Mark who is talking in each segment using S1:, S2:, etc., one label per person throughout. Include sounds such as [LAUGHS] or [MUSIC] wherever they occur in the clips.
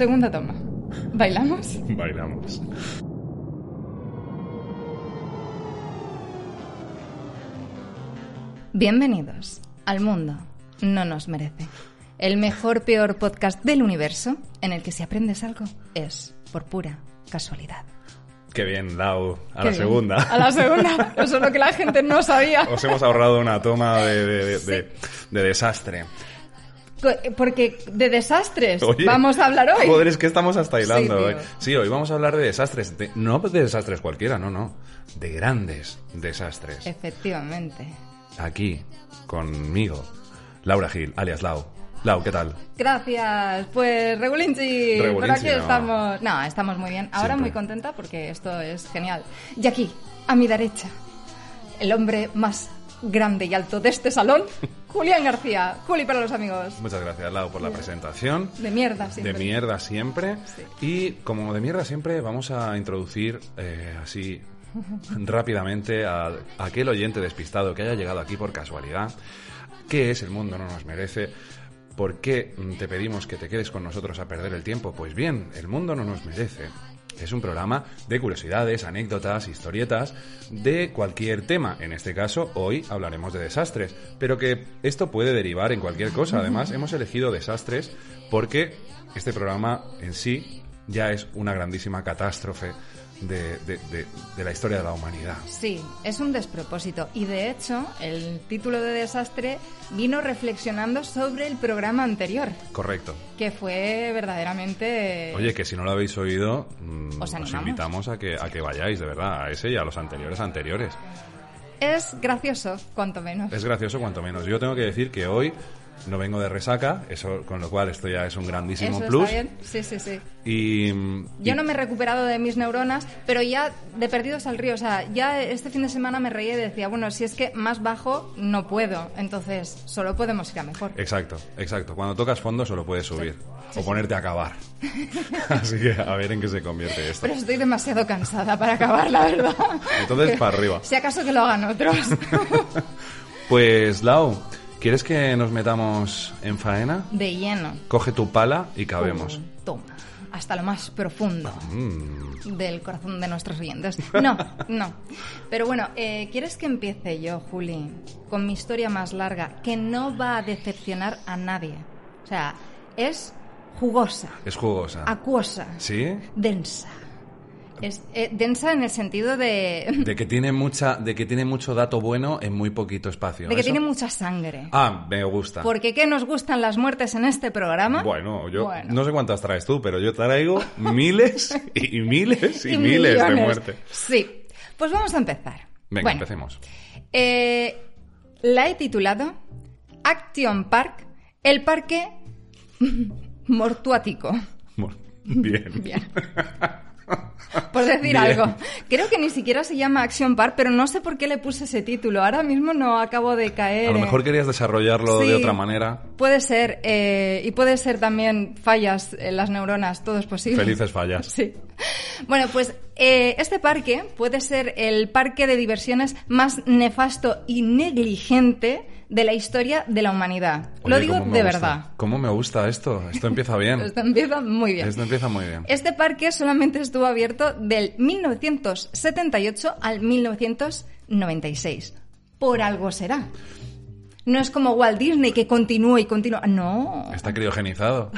S1: Segunda toma. ¿Bailamos?
S2: Bailamos.
S1: Bienvenidos al mundo no nos merece. El mejor, peor podcast del universo en el que si aprendes algo es por pura casualidad.
S2: Qué bien, Lau. A la
S1: Qué bien.
S2: segunda. Oh.
S1: A la segunda. Eso es lo que la gente no sabía.
S2: [LAUGHS] Os hemos ahorrado una toma de, de- de- de- de desastre.
S1: Co- Porque de desastres
S2: Oye,
S1: vamos a hablar hoy.
S2: Joder, es que estamos hasta hilando.
S1: Sí,
S2: eh.
S1: tío.
S2: Sí, hoy vamos a hablar de desastres. de- no de desastres cualquiera, no, no. De grandes
S1: Eh.
S2: desastres.
S1: Efectivamente.
S2: Aquí, conmigo, Laura Gil, alias Lau. Lau, ¿qué tal?
S1: Gracias, pues Regulinchi, por
S2: Regulinchi,
S1: aquí
S2: no.
S1: estamos. No, estamos muy bien. Ahora
S2: Siempre.
S1: muy contenta porque esto es genial. Y aquí, a mi derecha, el hombre más grande y alto de este
S2: [LAUGHS]
S1: salón, Julián García. Juli para los amigos.
S2: Muchas gracias, Lau, por la presentación.
S1: De mierda, siempre.
S2: De mierda siempre.
S1: Sí.
S2: Y como de mierda siempre, vamos a introducir eh, así [LAUGHS] rápidamente a, a aquel oyente despistado que haya llegado aquí por casualidad. ¿Qué es el mundo no nos merece? ¿Por qué te pedimos que te quedes con nosotros a perder el tiempo? Pues bien, el mundo no nos merece. Es un programa de curiosidades, anécdotas, historietas, de cualquier tema. En este caso, hoy hablaremos de desastres, pero que esto puede derivar en cualquier cosa. Además, hemos elegido desastres porque este programa en sí ya es una grandísima catástrofe de, de- de- de la historia de la humanidad.
S1: Sí, es un despropósito. Y de hecho, el título de desastre vino reflexionando sobre el programa anterior,
S2: Correcto.
S1: que fue verdaderamente.
S2: Oye, que si no lo habéis oído, mm,
S1: Os
S2: os,
S1: animamos.
S2: invitamos a que, a que vayáis, de verdad, a ese y a los anteriores anteriores.
S1: Es gracioso, cuanto menos.
S2: Es gracioso cuanto menos. Yo tengo que decir que hoy no vengo de resaca, eso con lo cual esto ya es un grandísimo
S1: Eso
S2: plus.
S1: está bien. Sí, sí, sí.
S2: Y
S1: Yo
S2: y-
S1: no me he recuperado de mis neuronas, pero ya de perdidos al río. O sea, ya este fin de semana me reía y decía, bueno, si es que más bajo no puedo. Entonces, solo podemos ir a mejor.
S2: Exacto, exacto. Cuando tocas fondo solo puedes subir
S1: Sí, sí.
S2: o ponerte
S1: [LAUGHS]
S2: a acabar. Así que a ver en qué se convierte esto.
S1: Pero estoy demasiado cansada para acabar, la verdad.
S2: Entonces,
S1: Que-
S2: para arriba.
S1: [LAUGHS] Si acaso que lo hagan otros.
S2: [LAUGHS] Pues Lau, ¿quieres que nos metamos en faena?
S1: De lleno.
S2: Coge tu pala y cabemos.
S1: Toma. Hasta lo más profundo
S2: Mm.
S1: del corazón de nuestros oyentes. No, no. Pero bueno, eh, ¿quieres que empiece yo, Juli, con mi historia más larga, que no va a decepcionar a nadie? O sea, es jugosa,
S2: Es jugosa.
S1: acuosa,
S2: ¿Sí?
S1: densa. Es, eh, densa en el sentido de,
S2: De que tiene mucha, de que tiene mucho dato bueno en muy poquito espacio.
S1: de que
S2: ¿Eso?
S1: tiene mucha sangre.
S2: Ah, me gusta.
S1: Porque ¿qué nos gustan las muertes en este programa?
S2: Bueno, yo
S1: Bueno.
S2: no sé cuántas traes tú, pero yo traigo miles y, y miles y, miles de
S1: millones.
S2: muerte.
S1: Sí. Pues vamos a empezar.
S2: Venga,
S1: Bueno,
S2: empecemos.
S1: eh, la he titulado Action Park, el parque [LAUGHS] mortuático. [LAUGHS]
S2: Bueno, bien.
S1: Bien. Por decir
S2: Bien.
S1: algo. Creo que ni siquiera se llama Action Park, pero no sé por qué le puse ese título. Ahora mismo no acabo de caer.
S2: A lo
S1: en-
S2: mejor querías desarrollarlo
S1: Eh, Sí.
S2: de otra manera.
S1: Puede ser, eh, y puede ser también fallas en las neuronas, todo es posible.
S2: Felices fallas.
S1: Sí. Bueno, pues eh, este parque puede ser el parque de diversiones más nefasto y negligente de la historia de la humanidad. Lo
S2: Oye,
S1: digo de
S2: cómo me gusta.
S1: verdad.
S2: ¿Cómo me gusta esto? Esto empieza
S1: [LAUGHS]
S2: bien.
S1: Esto empieza muy bien.
S2: Esto empieza muy bien.
S1: Este parque solamente estuvo abierto del 1978 al 1996. Por algo será. No es como Walt Disney que continúa y continúa. No.
S2: Está criogenizado.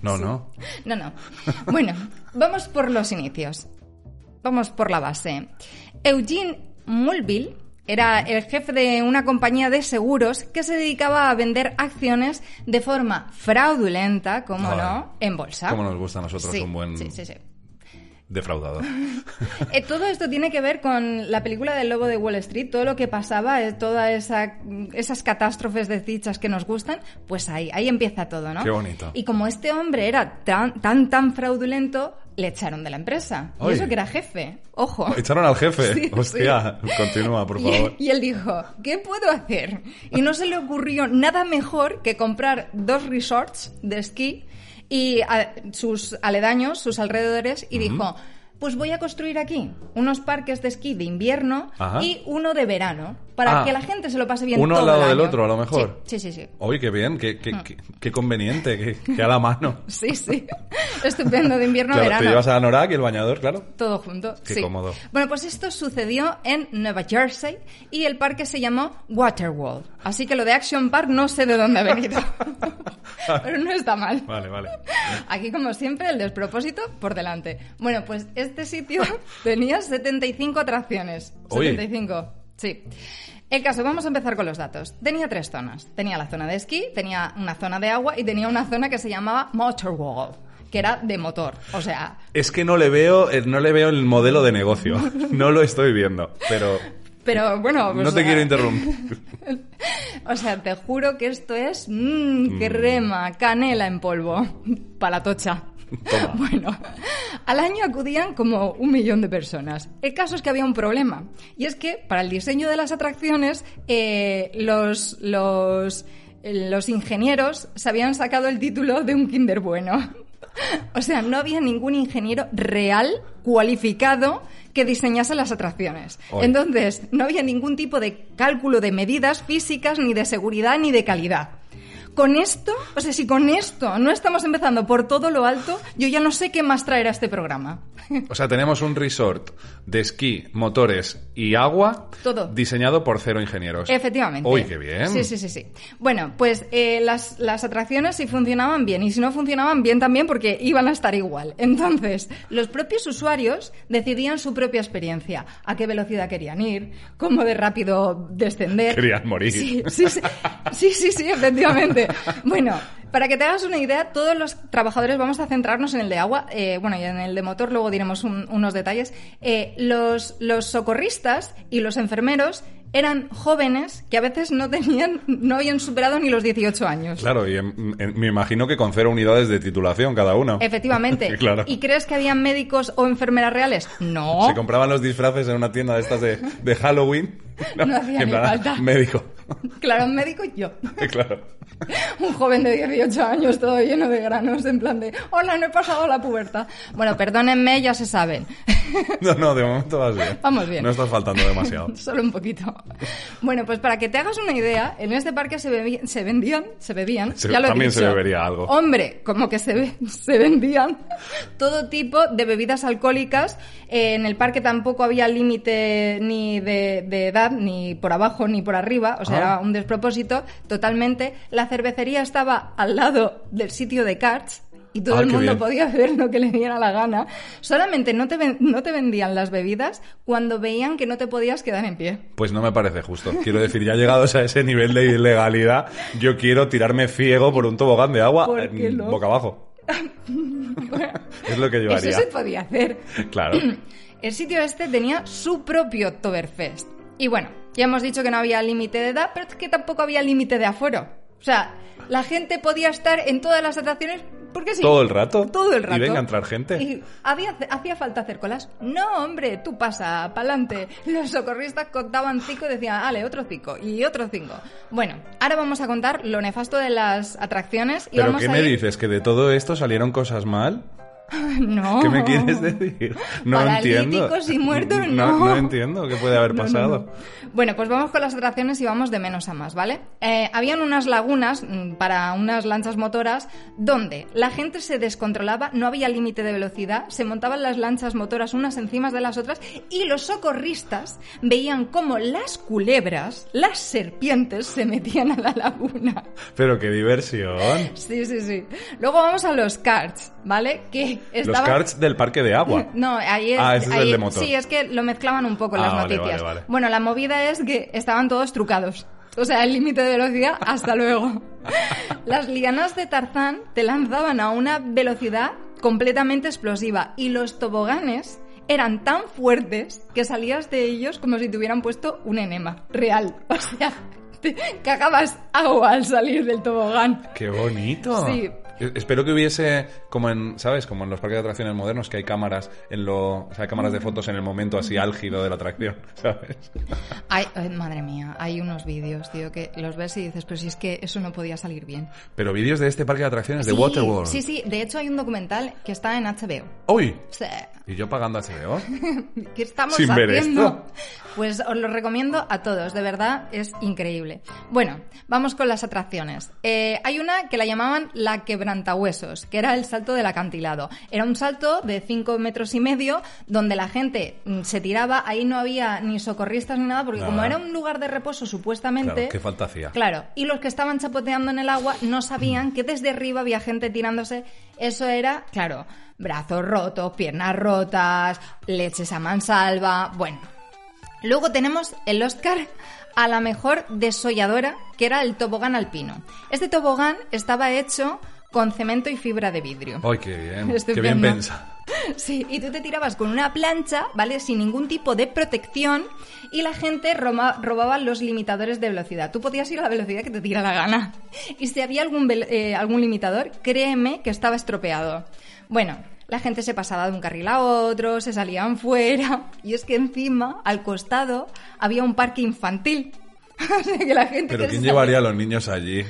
S2: No, no.
S1: No, no. Bueno, vamos por los inicios. Vamos por la base. Eugene Mulville era el jefe de una compañía de seguros que se dedicaba a vender acciones de forma fraudulenta, como
S2: Ay.
S1: no, en bolsa.
S2: Cómo nos gusta a nosotros
S1: Sí,
S2: un buen
S1: Sí, sí, sí.
S2: defraudador.
S1: Eh, todo esto tiene que ver con la película del Lobo de Wall Street, todo lo que pasaba, eh, todas esa- mm, esas catástrofes de fichas que nos gustan, pues ahí, ahí empieza todo, ¿no?
S2: Qué bonito.
S1: Y como este hombre era tan, tan, tan fraudulento, le echaron de la empresa.
S2: Ay.
S1: Y eso que era jefe, ojo.
S2: Echaron al jefe. [LAUGHS]
S1: Sí,
S2: Hostia, continúa, por
S1: Y-
S2: favor.
S1: Y, él dijo, ¿qué puedo hacer? Y no se le ocurrió nada mejor que comprar dos resorts de esquí y a- sus aledaños, sus alrededores, y dijo, pues voy a construir aquí unos parques de esquí de invierno
S2: Ajá.
S1: y uno de verano, para
S2: Ah.
S1: que la gente se lo pase bien.
S2: Uno
S1: todo
S2: al lado
S1: el
S2: del
S1: año".
S2: otro, a lo mejor.
S1: Sí, sí, sí. sí.
S2: Uy, qué bien, qué,
S1: Ah.
S2: qué, qué- qué conveniente, qué, qué a
S1: [LAUGHS]
S2: la mano.
S1: Sí, sí. Estupendo, de invierno a
S2: Claro,
S1: verano.
S2: te llevas a Norak y el bañador, claro.
S1: Todo junto.
S2: Qué
S1: sí.
S2: cómodo.
S1: Bueno, pues esto sucedió en Nueva Jersey y el parque se llamó Waterworld. Así que lo de Action Park no sé de dónde ha
S2: [LAUGHS]
S1: venido. Pero no está mal.
S2: Vale, vale.
S1: Aquí, como siempre, el despropósito por delante. Bueno, pues este
S2: [LAUGHS]
S1: sitio tenía 75 atracciones.
S2: Oye.
S1: 75, sí. El caso, vamos a empezar con los datos. Tenía tres zonas. Tenía la zona de esquí, tenía una zona de agua y tenía una zona que se llamaba Motorwall, que era de motor. O sea,
S2: Es que no le veo, eh, no le veo el modelo de negocio.
S1: [LAUGHS]
S2: No lo estoy viendo, pero
S1: pero bueno... pues,
S2: no te
S1: ah,
S2: quiero interrumpir.
S1: O sea, te juro que esto es mmm, crema, canela en polvo, [LAUGHS] para la tocha.
S2: Toma.
S1: [LAUGHS] Bueno, al año acudían como un millón de personas. El caso es que había un problema, y es que para el diseño de las atracciones, eh, los, los, los ingenieros se habían sacado el título de un kinder bueno. O sea, no había ningún ingeniero real cualificado que diseñase las atracciones.
S2: Oy.
S1: Entonces, entonces, no había ningún tipo de cálculo de medidas físicas, ni de seguridad, ni de calidad. Con esto, o sea, si con esto no estamos empezando por todo lo alto, yo ya no sé qué más traerá este programa.
S2: O sea, tenemos un resort de esquí, motores y agua
S1: Todo.
S2: diseñado por cero ingenieros.
S1: Efectivamente.
S2: Uy, qué bien.
S1: Sí, sí, sí, sí. Bueno, pues eh, las, las atracciones sí funcionaban bien y si no funcionaban bien también porque iban a estar igual. Entonces, los propios usuarios decidían su propia experiencia, a qué velocidad querían ir, cómo de rápido descender.
S2: Querían morir.
S1: Sí, sí, sí, sí, sí, sí, efectivamente. Bueno, para que te hagas una idea, todos los trabajadores vamos a centrarnos en el de agua, eh, bueno, y en el de motor, luego diremos un- unos detalles. Eh, los, los socorristas y los enfermeros eran jóvenes que a veces no tenían, no habían superado ni los 18 años.
S2: Claro, y em- em- me imagino que con cero unidades de titulación cada uno.
S1: Efectivamente.
S2: [LAUGHS] claro.
S1: ¿Y crees que habían médicos o enfermeras reales? No.
S2: Se compraban los disfraces en una tienda de estas de, de Halloween.
S1: [LAUGHS] No hacía
S2: en
S1: ni
S2: plan,
S1: falta.
S2: Médico.
S1: Claro, un médico y yo.
S2: [LAUGHS] claro.
S1: Un joven de 18 años todo lleno de granos, en plan de, hola, no he pasado la pubertad. Bueno, perdónenme, ya se saben.
S2: No, no, de momento vas bien.
S1: Vamos bien.
S2: No estás faltando
S1: [LAUGHS]
S2: demasiado.
S1: Solo un poquito. Bueno, pues para que te hagas una idea, en este parque se, bebi- se vendían, se bebían,
S2: Se-
S1: ya lo he
S2: también se
S1: dicho.
S2: bebería algo.
S1: Hombre, como que se, ve- [LAUGHS] se vendían todo tipo de bebidas alcohólicas. Eh, en el parque tampoco había límite ni de, de edad, ni por abajo, ni por arriba. O sea,
S2: Ah.
S1: era un despropósito totalmente. La cervecería estaba al lado del sitio de karts. Y todo
S2: Ah,
S1: el
S2: qué
S1: mundo
S2: bien.
S1: podía beber lo que le diera la gana. Solamente no te, ven- no te vendían las bebidas cuando veían que no te podías quedar en pie.
S2: Pues no me parece justo. Quiero decir, ya llegados a ese nivel de ilegalidad, yo quiero tirarme ciego por un tobogán de agua
S1: ¿Por qué
S2: eh,
S1: no? [LAUGHS]
S2: boca abajo. es lo que yo haría.
S1: Eso se podía hacer. [CLEARS THROAT]
S2: Claro.
S1: El sitio este tenía su propio Oktoberfest. Y bueno, ya hemos dicho que no había límite de edad, pero es que tampoco había límite de aforo. O sea, la gente podía estar en todas las atracciones porque sí.
S2: Todo el rato.
S1: Todo el rato.
S2: Y venga a entrar gente.
S1: Y había, hacía falta hacer colas. No, hombre, tú pasa, pa'lante. Los socorristas contaban cinco y decían, ale, otro cinco y otro cinco. Bueno, ahora vamos a contar lo nefasto de las atracciones y
S2: ¿Pero
S1: vamos
S2: qué
S1: a
S2: me
S1: ir-
S2: dices? ¿Que de todo esto salieron cosas mal?
S1: [LAUGHS] No.
S2: ¿Qué me quieres decir? No entiendo.
S1: Oh. Paralíticos y muertos,
S2: no.
S1: no.
S2: entiendo qué puede haber
S1: No, no,
S2: pasado.
S1: no. Bueno, pues vamos con las atracciones y vamos de menos a más, ¿vale? Eh, habían unas lagunas mm, para unas lanchas motoras donde la gente se descontrolaba, no había límite de velocidad, se montaban las lanchas motoras unas encima de las otras y los socorristas veían cómo las culebras, las serpientes, se metían a la laguna. [LAUGHS]
S2: Pero qué diversión.
S1: Sí, sí, sí. Luego vamos a los karts, ¿vale? Que
S2: Los
S1: estaban...
S2: karts del parque de agua.
S1: [LAUGHS] No, ahí es,
S2: Ah, ese es el
S1: ahí-
S2: de motor.
S1: Sí, es que lo mezclaban un poco
S2: Ah,
S1: las
S2: vale,
S1: noticias.
S2: vale, vale.
S1: Bueno, la movida es que estaban todos trucados. O sea, el límite de velocidad,
S2: [LAUGHS]
S1: hasta luego. Las lianas de Tarzán te lanzaban a una velocidad completamente explosiva y los toboganes eran tan fuertes que salías de ellos como si te hubieran puesto un enema real. [LAUGHS] O sea, te cagabas agua al salir del tobogán.
S2: ¡Qué bonito!
S1: Sí.
S2: Eh, Espero que hubiese, como en, ¿sabes? Como en los parques de atracciones modernos, que hay cámaras en lo, o sea, hay
S1: Mm.
S2: cámaras de fotos en el momento así álgido de la atracción, [LAUGHS] ¿sabes?
S1: Ay, ay, madre mía, hay unos vídeos, tío, que los ves y dices, pero si es que eso no podía salir bien.
S2: Pero vídeos de este parque de atracciones de
S1: Sí,
S2: Waterworld.
S1: Sí, sí, de hecho hay un documental que está en HBO.
S2: ¡Uy!
S1: O sea,
S2: ¿Y yo pagando HBO?
S1: ¿Qué estamos
S2: Sin ver
S1: haciendo?
S2: esto.
S1: [LAUGHS] Pues os lo recomiendo a todos, de verdad es increíble. Bueno, vamos con las atracciones. Eh, hay una que la llamaban la quebrantahuesos, que era el salto del acantilado. Era un salto de 5 metros y medio donde la gente mm, se tiraba, ahí no había ni socorristas ni nada, porque como
S2: Ah.
S1: era un lugar de reposo supuestamente...
S2: Claro, qué falta hacía.
S1: Claro, y los que estaban chapoteando en el agua no
S2: Mm.
S1: sabían que desde arriba había gente tirándose. Eso era, claro, brazos rotos, piernas rotas, leches a mansalva, bueno. Luego tenemos el Oscar a la mejor desolladora, que era el tobogán alpino. Este tobogán estaba hecho con cemento y fibra de vidrio.
S2: ¡Ay,
S1: [LAUGHS]
S2: qué bien! ¡Qué
S1: Estupendo. [LAUGHS]
S2: bien pensa!
S1: Sí, y tú te tirabas con una plancha, ¿vale? Sin ningún tipo de protección y la gente roma- robaba los limitadores de velocidad. Tú podías ir a la velocidad que te tira la gana. Y si había algún, vel- eh, algún limitador, créeme que estaba estropeado. Bueno, la gente se pasaba de un carril a otro, se salían fuera y es que encima, al costado, había un parque infantil. [LAUGHS] O sea, que la gente
S2: Pero
S1: que
S2: ¿quién
S1: se salía-
S2: llevaría a los niños allí?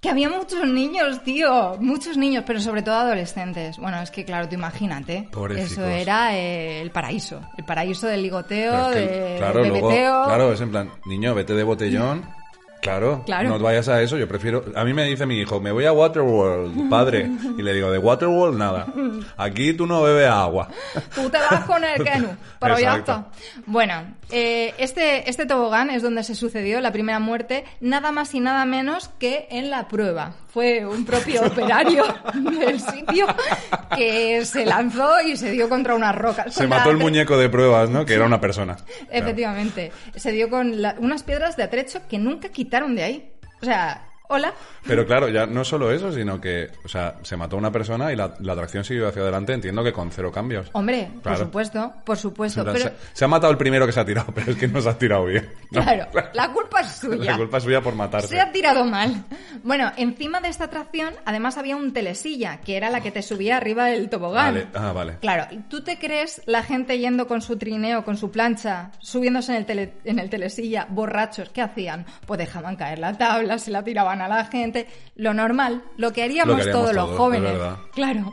S1: que había muchos niños, tío. Muchos niños, pero sobre todo adolescentes. Bueno, es que claro, tú imagínate.
S2: Pobrecitos.
S1: Eso era eh, el paraíso. El paraíso del ligoteo,
S2: Pero es que,
S1: de-
S2: claro,
S1: del
S2: luego,
S1: bebeteo.
S2: claro, es en plan, niño, vete de botellón. Claro,
S1: Claro.
S2: no vayas a eso. Yo prefiero. A mí me dice mi hijo, me voy a Waterworld, padre. Y le digo, de Waterworld nada. Aquí tú no bebes
S1: [LAUGHS]
S2: agua.
S1: Tú te vas con
S2: [LAUGHS]
S1: el Kenu. Pero ya está.
S2: Exacto.
S1: Bueno, eh, este, este tobogán es donde se sucedió la primera muerte, nada más y nada menos que en la prueba. Fue un
S2: [LAUGHS]
S1: propio operario del sitio que se lanzó y se dio contra unas rocas.
S2: Se
S1: contra
S2: mató el
S1: tres-
S2: muñeco de pruebas, ¿no? Que era una persona.
S1: Efectivamente. Se dio con la- unas piedras de atrecho que nunca quitaron de ahí. O sea, hola.
S2: Pero claro, ya no solo eso, sino que, o sea, se mató una persona y la, la atracción siguió hacia adelante, entiendo que con cero cambios.
S1: Hombre, por
S2: Claro.
S1: supuesto, por supuesto.
S2: En plan,
S1: Pero,
S2: se, se ha matado el primero que se ha tirado, [LAUGHS] pero es que no se ha tirado bien. ¿no? [LAUGHS]
S1: claro, la culpa es suya.
S2: La culpa es suya por matarse.
S1: Se ha tirado mal. Bueno, encima de esta atracción, además había un telesilla, que era la que te subía arriba del tobogán.
S2: Vale, ah, vale.
S1: Claro, ¿y ¿tú te crees la gente yendo con su trineo, con su plancha, subiéndose en el, tele- en el telesilla, borrachos? ¿Qué hacían? Pues dejaban caer la tabla, se la tiraban a la gente. Lo normal, lo que haríamos,
S2: Lo que haríamos
S1: todos
S2: todos,
S1: los
S2: es
S1: jóvenes.
S2: verdad.
S1: Claro.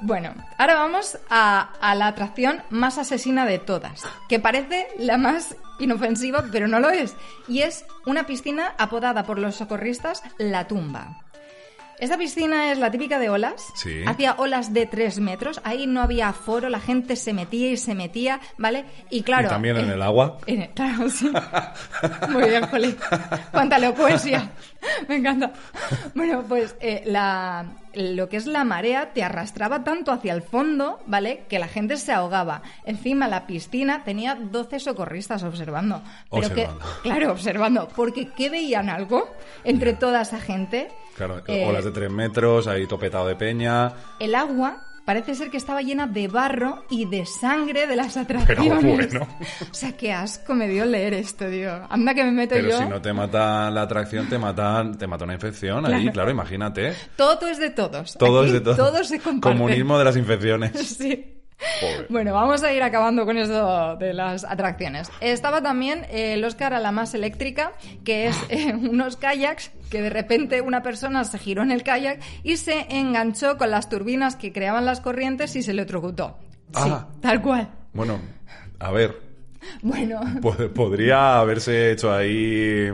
S1: Bueno, ahora vamos a, a la atracción más asesina de todas, que parece la más inofensiva, pero no lo es. Y es una piscina apodada por los socorristas La Tumba. Esta piscina es la típica de olas.
S2: Sí.
S1: Hacía olas de 3 metros. Ahí no había aforo, la gente se metía y se metía, ¿vale? Y claro.
S2: y también en
S1: eh,
S2: el agua.
S1: en el- claro, [LAUGHS] sí. Muy bien, Jolín. Cuánta elocuencia. Me encanta. Bueno, pues eh, la, lo que es la marea te arrastraba tanto hacia el fondo, ¿vale? Que la gente se ahogaba. Encima la piscina tenía 12 socorristas observando. Pero
S2: Observando.
S1: Que, claro, observando. Porque ¿qué veían algo entre toda esa gente?
S2: Claro,
S1: Eh,
S2: olas de tres metros, ahí topetado de peña.
S1: el agua parece ser que estaba llena de barro y de sangre de las atracciones.
S2: bueno.
S1: O sea, qué asco me dio leer esto, tío. Anda que me meto
S2: Pero
S1: yo.
S2: si no te mata la atracción, te mata, te mata una infección ahí, claro, imagínate.
S1: Todo es de todos.
S2: Todo
S1: Aquí
S2: es de todo.
S1: Todo se comparte.
S2: Comunismo de las infecciones.
S1: [LAUGHS] Sí.
S2: Pobre.
S1: Bueno, vamos a ir acabando con eso de las atracciones. Estaba también eh, el Oscar a la más eléctrica, que es eh, [LAUGHS] unos kayaks que de repente una persona se giró en el kayak y se enganchó con las turbinas que creaban las corrientes y se electrocutó. Sí,
S2: Ah.
S1: tal cual.
S2: Bueno, a ver,
S1: [LAUGHS] Bueno,
S2: po- podría haberse hecho ahí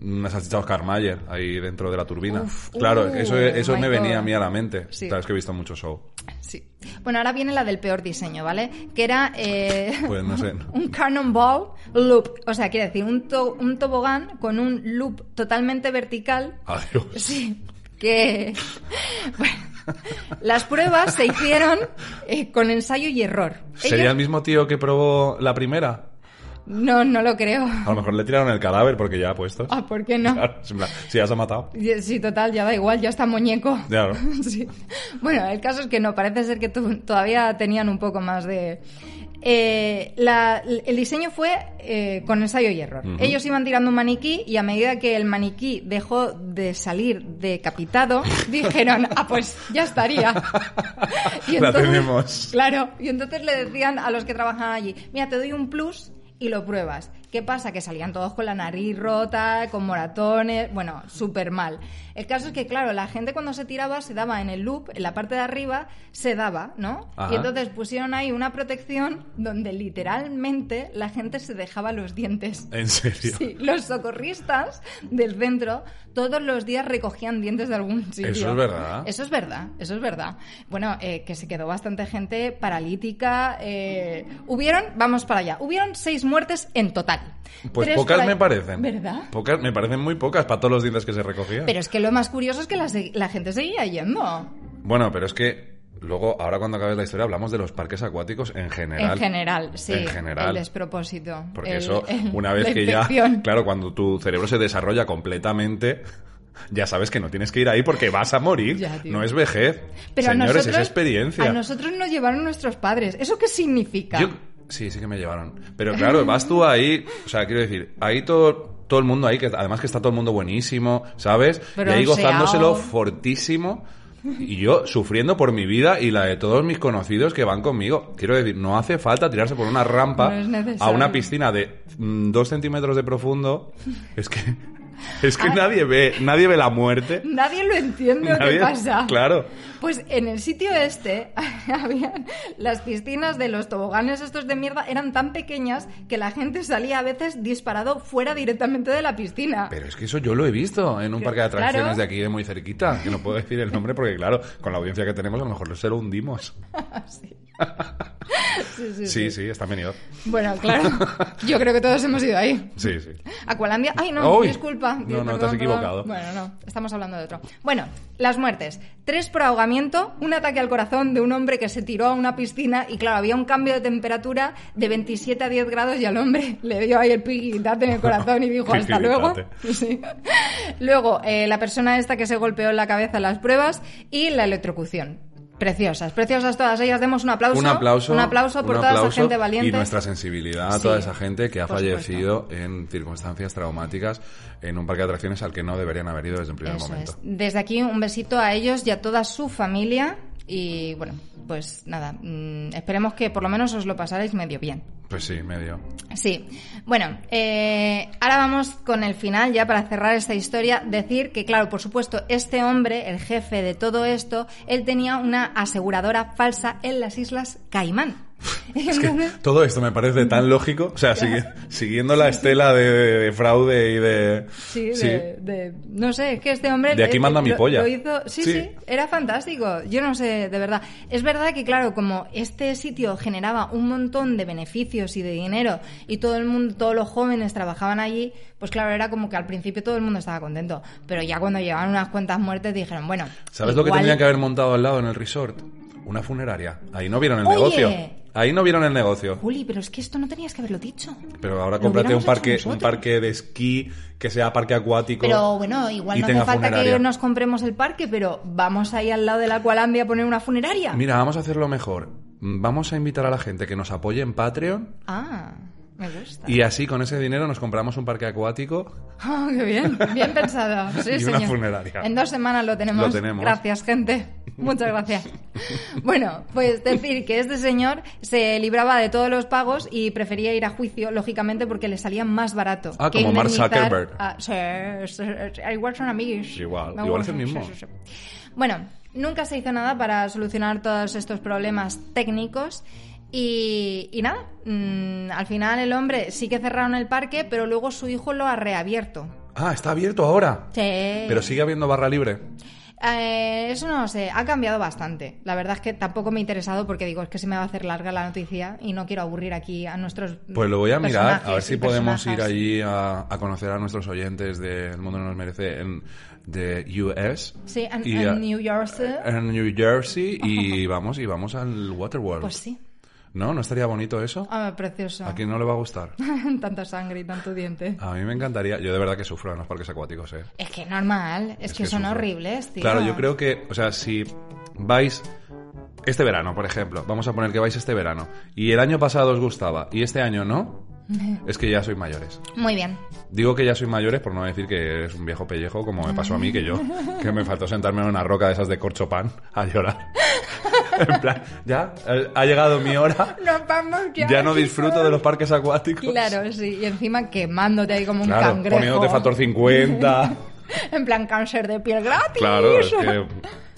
S2: una salchicha Oscar Mayer ahí dentro de la turbina.
S1: Uf,
S2: claro,
S1: uh,
S2: eso, eso
S1: my
S2: me
S1: God.
S2: venía a mí a la mente.
S1: Sí.
S2: Claro, es que he visto mucho show.
S1: sí. Bueno, ahora viene la del peor diseño, ¿vale? Que era eh,
S2: Pues no sé. no.
S1: [LAUGHS] un cannonball loop. O sea, quiere decir un, to- un tobogán con un loop totalmente vertical
S2: Adiós.
S1: Sí, que... [LAUGHS] Bueno, las pruebas se hicieron eh, con ensayo y error.
S2: ¿Sería
S1: Ellos-
S2: el mismo tío que probó la primera?
S1: No, no lo creo.
S2: A lo mejor le tiraron el cadáver porque ya ha puesto.
S1: Ah, ¿por qué no?
S2: Claro, es en plan, si ya se ha matado.
S1: Y- Sí, total, ya da igual, ya está muñeco.
S2: Claro.
S1: [LAUGHS] Sí. Bueno, el caso es que no, parece ser que tu- todavía tenían un poco más de... Eh, la- el diseño fue eh, con ensayo y error. Ellos iban tirando un maniquí y a medida que el maniquí dejó de salir decapitado, [LAUGHS] dijeron, ah, pues ya
S2: [LAUGHS]
S1: estaría.
S2: La tenemos.
S1: Claro, y entonces le decían a los que trabajaban allí, mira, te doy un plus y lo pruebas. ¿Qué pasa? Que salían todos con la nariz rota, con moratones, bueno, súper mal. El caso es que, claro, la gente cuando se tiraba se daba en el loop, en la parte de arriba, se daba, ¿no?
S2: Ajá.
S1: Y entonces pusieron ahí una protección donde literalmente la gente se dejaba los dientes.
S2: En serio.
S1: Sí, los socorristas del centro todos los días recogían dientes de algún sitio.
S2: Eso es verdad.
S1: Eso es verdad, eso es verdad. Bueno, eh, que se quedó bastante gente paralítica. eh, hubieron, vamos para allá, hubieron seis muertes en total.
S2: Pues
S1: Tres por
S2: pocas
S1: ahí-
S2: me parecen. Pues, eh.
S1: ¿Verdad?
S2: Pocas, me parecen muy pocas para todos los dientes que se recogían.
S1: Pero es que lo más curioso es que la, se- la gente seguía yendo.
S2: Bueno, pero es que luego, ahora cuando acabe la historia, hablamos de los parques acuáticos en general.
S1: en general, sí.
S2: En general.
S1: El despropósito.
S2: Porque
S1: el-
S2: eso,
S1: el-
S2: una vez
S1: la
S2: que ya.
S1: infección.
S2: Claro, cuando tu cerebro se desarrolla completamente. Ya sabes que no tienes que ir ahí porque vas a morir.
S1: Ya, tío.
S2: no es vejez.
S1: Pero a
S2: Señores,
S1: nosotros,
S2: es experiencia.
S1: A nosotros nos llevaron nuestros padres. ¿Eso qué significa?
S2: Yo- sí, sí que me llevaron. Pero claro, vas tú ahí, o sea, quiero decir, ahí todo, todo el mundo ahí, que además que está todo el mundo buenísimo, ¿sabes? y ahí
S1: Bronceado.
S2: gozándoselo fortísimo. Y yo sufriendo por mi vida y la de todos mis conocidos que van conmigo. Quiero decir, no hace falta tirarse por una rampa
S1: No es
S2: a
S1: necesario.
S2: una piscina de mm, dos centímetros de profundo. Es que, [LAUGHS] es que
S1: Ah.
S2: nadie, ve, nadie ve la muerte.
S1: Nadie lo entiende lo
S2: Nadie-
S1: que pasa.
S2: Claro.
S1: Pues en el sitio este, [LAUGHS] habían las piscinas de los toboganes estos de mierda eran tan pequeñas que la gente salía a veces disparado fuera directamente de la piscina.
S2: Pero es que eso yo lo he visto en un
S1: Que-
S2: parque de atracciones
S1: claro.
S2: de aquí de muy cerquita, que no puedo decir el nombre porque claro, con la audiencia que tenemos a lo mejor se lo hundimos.
S1: Sí, sí,
S2: Sí, sí, está venido.
S1: Bueno, claro. Yo creo que todos hemos ido ahí.
S2: Sí, sí.
S1: Aqualandia. Ay, no,
S2: Uy.
S1: disculpa.
S2: No,
S1: Dios,
S2: no, te has
S1: perdón,
S2: equivocado.
S1: perdón. Bueno, no, estamos hablando de otro. Bueno, las muertes. Tres por ahogamiento, un ataque al corazón de un hombre que se tiró a una piscina y, claro, había un cambio de temperatura de 27 a 10 grados y al hombre le dio ahí el piquitate en el corazón y
S2: [LAUGHS]
S1: dijo hasta luego.
S2: Piquitate.
S1: [LAUGHS] Sí. Luego, eh, la persona esta que se golpeó en la cabeza en las pruebas y la electrocución. Preciosas, preciosas todas ellas. Demos un aplauso.
S2: Un aplauso.
S1: Un aplauso por
S2: un
S1: toda
S2: aplauso
S1: esa gente valiente.
S2: Y nuestra sensibilidad a
S1: Sí,
S2: toda esa gente que ha
S1: por
S2: fallecido en circunstancias traumáticas en un parque de atracciones al que no deberían haber ido desde el primer
S1: Eso
S2: momento.
S1: es. Desde aquí un besito a ellos y a toda su familia. Y bueno, pues nada, mm, esperemos que por lo menos os lo pasaréis medio bien.
S2: Pues
S1: [LAUGHS]
S2: sí, medio.
S1: Sí. Bueno, eh, ahora vamos con el final, ya para cerrar esta historia, decir que, claro, por supuesto, este hombre, el jefe de todo esto, él tenía una aseguradora falsa en las Islas Caimán.
S2: [LAUGHS] Es que
S1: Entonces-
S2: todo esto me parece tan lógico. O sea, sigue- siguiendo la estela de, de- de fraude y de.
S1: Sí, De, de- no sé, es que este hombre...
S2: De aquí
S1: eh,
S2: manda mi
S1: lo-
S2: polla.
S1: lo hizo- sí,
S2: Sí.
S1: sí, era fantástico. Yo no sé, de verdad. Es verdad que, claro, como este sitio generaba un montón de beneficios y de dinero y todo el mundo, todos los jóvenes trabajaban allí, pues claro, era como que al principio todo el mundo estaba contento. Pero ya cuando llegaban unas cuantas muertes dijeron, bueno...
S2: ¿Sabes lo que
S1: igual-
S2: tendrían que haber montado al lado en el resort? Una funeraria. Ahí no vieron el
S1: Oye.
S2: negocio. Ahí no vieron el negocio.
S1: Juli, pero es que esto no tenías que haberlo dicho.
S2: Pero ahora
S1: Lo
S2: cómprate
S1: hubiéramos
S2: un parque,
S1: hecho
S2: un
S1: nosotros.
S2: parque de esquí que sea parque acuático.
S1: Pero bueno, igual
S2: y
S1: no hace
S2: tenga
S1: falta
S2: funeraria.
S1: que nos compremos el parque, pero vamos ahí al lado de la Aqualandia a poner una funeraria.
S2: Mira, vamos a hacerlo mejor. Vamos a invitar a la gente que nos apoye en Patreon
S1: Ah, me gusta.
S2: y así con ese dinero nos compramos un parque acuático.
S1: Ah, qué bien, bien pensado. Sí,
S2: Y una
S1: señor.
S2: funeraria.
S1: En dos semanas lo tenemos.
S2: Lo tenemos.
S1: Gracias, gente. Muchas gracias. bueno, pues decir que este señor se libraba de todos los pagos y prefería ir a juicio, lógicamente, porque le salía más barato.
S2: Ah, como Mark
S1: indemnizar
S2: Zuckerberg.
S1: a- sí, sí, sí, igual son amigos.
S2: Igual,
S1: Me
S2: igual es el
S1: gustan,
S2: mismo.
S1: sí, sí, sí. Bueno, nunca se hizo nada para solucionar todos estos problemas técnicos. Y, y nada, mm, al final el hombre sí que cerraron el parque, pero luego su hijo lo ha reabierto.
S2: Ah, está abierto ahora.
S1: Sí.
S2: Pero sigue habiendo barra libre.
S1: Eh, eso no lo sé, ha cambiado bastante. La verdad es que tampoco me he interesado porque digo, es que se me va a hacer larga la noticia y no quiero aburrir aquí a nuestros.
S2: Pues lo voy a mirar, a ver
S1: personajes
S2: si
S1: y
S2: podemos ir
S1: personajas.
S2: allí a, a conocer a nuestros oyentes del mundo no nos merece en de US.
S1: Sí, en,
S2: y
S1: en
S2: a-
S1: New York.
S2: en New Jersey y vamos y vamos al Waterworld.
S1: Pues sí.
S2: ¿No? ¿No estaría bonito eso?
S1: Ah, precioso.
S2: ¿A quién no le va a gustar?
S1: [LAUGHS] Tanta sangre y tanto diente.
S2: A mí me encantaría. Yo de verdad que sufro en los parques acuáticos, ¿eh?
S1: Es que es normal, es, que, son
S2: sufro.
S1: horribles, tío.
S2: Claro, yo creo que, o sea, si vais este verano, por ejemplo, vamos a poner que vais este verano, y el año pasado os gustaba y este año no,
S1: [LAUGHS]
S2: es que ya sois mayores.
S1: Muy bien.
S2: Digo que ya sois mayores por no decir que eres un viejo pellejo, como me pasó a mí, que yo, que me faltó sentarme en una roca de esas de corcho pan a llorar. [LAUGHS] en plan, ya, eh, ha llegado mi hora,
S1: Nos vamos ya.
S2: ya no disfruto de los parques acuáticos.
S1: Claro, sí. Y encima quemándote ahí como un
S2: Claro,
S1: cangrejo.
S2: poniéndote factor 50.
S1: [LAUGHS] En plan cáncer de piel gratis.
S2: claro, es que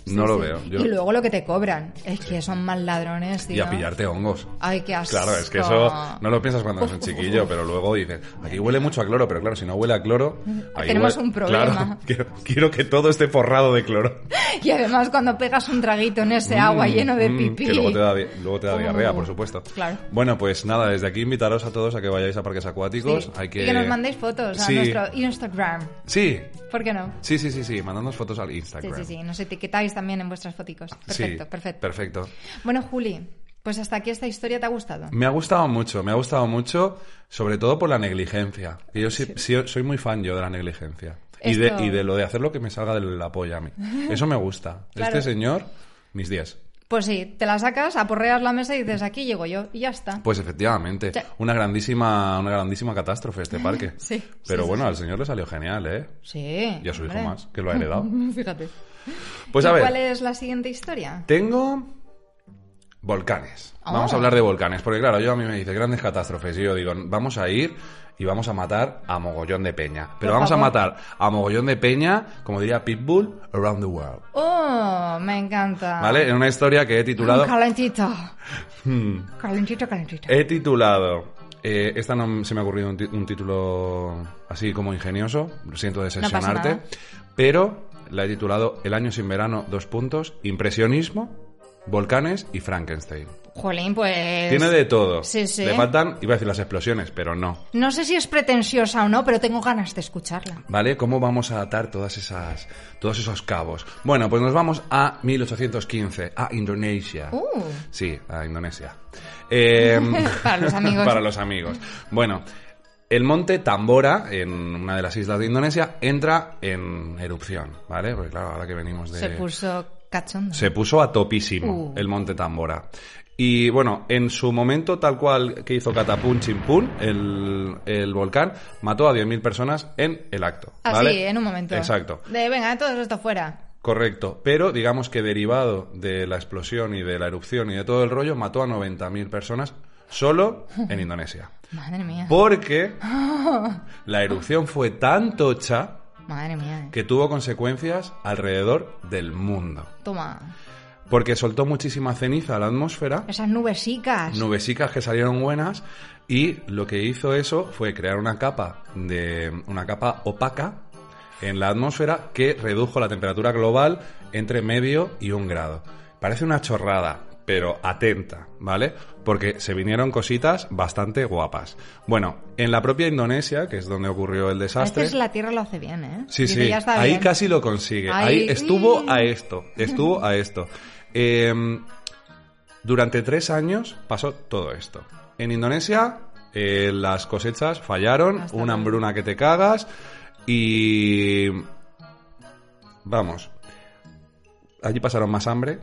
S2: no
S1: Sí,
S2: lo
S1: sí.
S2: veo. Yo-
S1: Y luego lo que te cobran. Es que son más ladrones, tío.
S2: y a pillarte hongos.
S1: Ay, qué asco.
S2: Claro, es que eso no lo piensas cuando eres un chiquillo, pero luego dices, aquí huele mucho a cloro, pero claro, si no huele a cloro, ahí
S1: Tenemos
S2: huele-
S1: un problema.
S2: Claro, [LAUGHS] quiero, quiero que todo esté forrado de cloro.
S1: [LAUGHS] Y además cuando pegas un traguito en ese agua
S2: Mm,
S1: lleno de
S2: mm,
S1: pipí.
S2: Que luego te da, di- luego te da
S1: Uh,
S2: diarrea, por supuesto.
S1: claro.
S2: Bueno, pues nada, desde aquí invitaros a todos a que vayáis a parques acuáticos.
S1: Sí.
S2: Hay que...
S1: Y que nos mandéis fotos
S2: Sí.
S1: a nuestro Instagram.
S2: Sí,
S1: ¿Por qué no?
S2: sí, sí, sí, sí, mandadnos fotos al
S1: Sí,
S2: Instagram.
S1: sí, sí. Nos etiquetáis también en vuestras foticos.
S2: Sí,
S1: Perfecto, perfecto.
S2: Perfecto.
S1: Bueno, Juli, pues hasta aquí esta historia te ha gustado.
S2: Me ha gustado mucho, me ha gustado mucho, sobre todo por la negligencia. Que yo sí- sí- soy muy fan yo de la negligencia. Y, de,
S1: Esto-
S2: y de lo de hacer lo que me salga de la
S1: [LAUGHS]
S2: polla a mí. Eso me gusta.
S1: Claro.
S2: Este señor, mis 10.
S1: Pues sí, te la sacas, aporreas la mesa y dices, aquí llego yo. Y ya está.
S2: Pues efectivamente,
S1: Sí.
S2: una grandísima una grandísima catástrofe este parque.
S1: [LAUGHS] Sí,
S2: Pero
S1: sí, sí,
S2: bueno,
S1: sí.
S2: al señor le salió genial, ¿eh?
S1: Sí.
S2: Y a su hijo
S1: hombre.
S2: más, que lo ha
S1: [LAUGHS]
S2: heredado.
S1: Fíjate.
S2: Pues
S1: ¿Y
S2: a ver,
S1: ¿Cuál es la siguiente historia?
S2: tengo volcanes. Vamos a
S1: Oh.
S2: hablar de volcanes, porque claro, yo a mí me dice grandes catástrofes y yo digo, vamos a ir y vamos a matar a mogollón de peña. Pero
S1: Por
S2: vamos a
S1: favor.
S2: matar a mogollón de peña, como diría Pitbull, around the world.
S1: Oh, me encanta.
S2: ¿Vale? En una historia que he titulado...
S1: Calentito.
S2: Hmm. Eh,
S1: Calentito, calentito.
S2: He titulado. eh, esta no se me ha ocurrido un, ti- un título así como ingenioso. Lo siento decepcionarte.
S1: No pasa
S2: pero la he titulado El año sin verano, dos puntos. Impresionismo, volcanes y Frankenstein.
S1: Jolín, pues.
S2: Tiene de todo.
S1: Sí, sí.
S2: Le faltan, iba a decir las explosiones, pero no.
S1: No sé si es pretenciosa o no, pero tengo ganas de escucharla.
S2: ¿Vale? ¿Cómo vamos a atar todas esas, todos esos cabos? Bueno, pues nos vamos a 1815, a Indonesia.
S1: Uh.
S2: Sí, a Indonesia. Em,
S1: [LAUGHS] Para los amigos.
S2: para los amigos. Bueno, el monte Tambora, en una de las islas de Indonesia, entra en erupción, ¿vale? Porque claro, ahora que venimos de...
S1: Se puso cachondo.
S2: Se puso a topísimo
S1: Uh.
S2: el monte Tambora. Y bueno, en su momento, tal cual que hizo Catapún Chimpún, el, el volcán, mató a 10.000 personas en el acto.
S1: Así,
S2: ¿vale?
S1: Ah, en un momento.
S2: Exacto.
S1: De venga, todo esto fuera.
S2: Correcto, pero digamos que derivado de la explosión y de la erupción y de todo el rollo, mató a 90.000 personas solo en Indonesia.
S1: Madre mía.
S2: Porque la erupción fue tan tocha
S1: Madre mía. eh.
S2: que tuvo consecuencias alrededor del mundo.
S1: Toma.
S2: Porque soltó muchísima ceniza a la atmósfera,
S1: Esas nubesicas.
S2: nubesicas que salieron buenas, y lo que hizo eso fue crear una capa de. una capa opaca en la atmósfera que redujo la temperatura global entre medio y un grado. Parece una chorrada, pero atenta, ¿vale? Porque se vinieron cositas bastante guapas. Bueno, en la propia Indonesia, que es donde ocurrió el
S1: A
S2: desastre.
S1: veces la tierra lo hace bien, ¿eh?
S2: Sí,
S1: Dice,
S2: sí,
S1: ya está
S2: ahí
S1: bien.
S2: casi lo consigue. Ahí,
S1: Ahí,
S2: estuvo
S1: mm.
S2: a esto, estuvo a esto. Em, durante tres años pasó todo esto. En Indonesia eh, las cosechas fallaron,
S1: Hasta
S2: una
S1: luego.
S2: hambruna que te cagas y... Vamos, allí pasaron más hambre,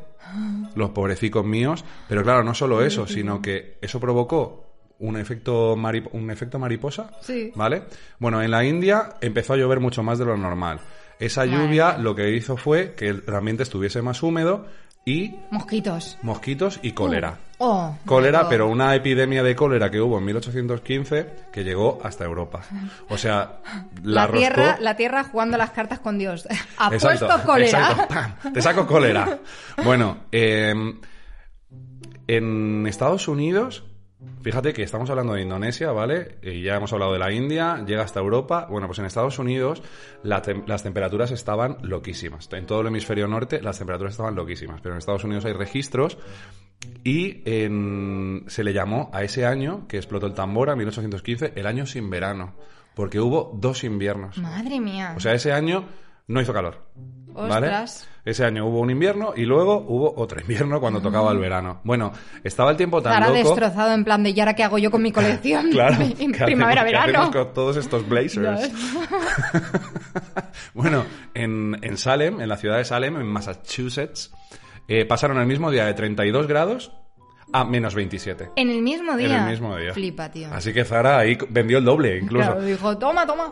S2: los pobrecicos míos, pero claro, no solo eso, sino que eso provocó un efecto, mari- un efecto mariposa,
S1: Sí.
S2: ¿vale? Bueno, en la India empezó a llover mucho más de lo normal. Esa
S1: Madre
S2: lluvia
S1: mía.
S2: lo que hizo fue que el ambiente estuviese más húmedo y
S1: Mosquitos.
S2: mosquitos y cólera.
S1: Oh.
S2: Cólera,
S1: oh.
S2: pero una epidemia de cólera que hubo en 1815 que llegó hasta Europa. O sea, la,
S1: La, tierra,
S2: roscó-
S1: la tierra jugando las cartas con Dios. [LAUGHS] Apuesto
S2: Exacto,
S1: cólera. [LAUGHS]
S2: exacto, pam, te saco cólera. Bueno, eh, en Estados Unidos, fíjate que estamos hablando de Indonesia, ¿vale? Y ya hemos hablado de la India, llega hasta Europa. Bueno, pues en Estados Unidos la tem- las temperaturas estaban loquísimas. En todo el hemisferio norte las temperaturas estaban loquísimas, pero en Estados Unidos hay registros y en- se le llamó a ese año que explotó el Tambora, 1815, el año sin
S1: Mm.
S2: verano, porque hubo dos inviernos.
S1: Madre mía.
S2: O sea, ese año no hizo calor. ¿vale?
S1: Ostras.
S2: Ese año hubo un invierno y luego hubo otro invierno cuando tocaba
S1: Mm.
S2: el verano. Bueno, estaba el tiempo tan
S1: Estará
S2: loco.
S1: destrozado en plan de ¿y ahora qué hago yo
S2: [LAUGHS]
S1: con mi colección? [LAUGHS]
S2: Claro.
S1: en
S2: ¿qué
S1: primavera,
S2: hacemos- qué hacemos
S1: verano.
S2: con todos estos blazers. [LAUGHS] bueno, en, en Salem, en la ciudad de Salem, en Massachusetts, eh, pasaron el mismo día de 32 grados a menos 27.
S1: En el mismo día.
S2: En el mismo día.
S1: Flipa, tío.
S2: Así que Zara ahí vendió el doble, incluso.
S1: Claro, dijo, toma,
S2: [COUGHS]
S1: toma.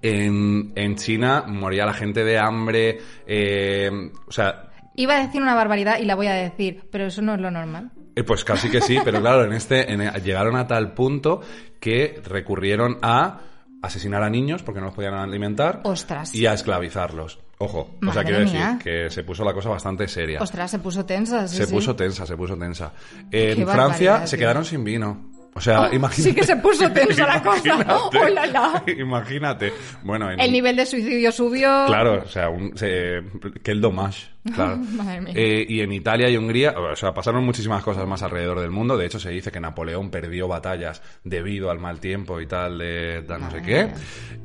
S2: En, en China moría la gente de hambre. eh, o sea,
S1: Iba a decir una barbaridad y la voy a decir, pero eso no es lo normal.
S2: eh, pues casi que sí, pero claro, en este en- llegaron a tal punto que recurrieron a asesinar a niños porque no los podían alimentar
S1: Ostras.
S2: y a esclavizarlos. Ojo, o sea,
S1: Madre
S2: quiero decir
S1: mía.
S2: que se puso la cosa bastante seria.
S1: Ostras, se puso tensa. sí,
S2: se
S1: sí.
S2: puso tensa, se puso tensa. En
S1: Qué
S2: Francia
S1: barbaridad, tío.
S2: se
S1: Oh,
S2: quedaron sin vino. O [LAUGHS] sea, imagínate.
S1: sí que se [LAUGHS] puso tensa la cosa.
S2: Imagínate.
S1: Oh, la, la.
S2: [LAUGHS] Imagínate. Bueno, en,
S1: El nivel de suicidio subió.
S2: Claro, o sea, un, se- que
S1: [LAUGHS]
S2: el domash, claro.
S1: Madre mía.
S2: Eh, y en Italia y Hungría, o sea, pasaron muchísimas cosas más alrededor del mundo. De hecho, se dice que Napoleón perdió batallas debido al mal tiempo y tal, de, de no sé
S1: Madre
S2: qué.
S1: mía.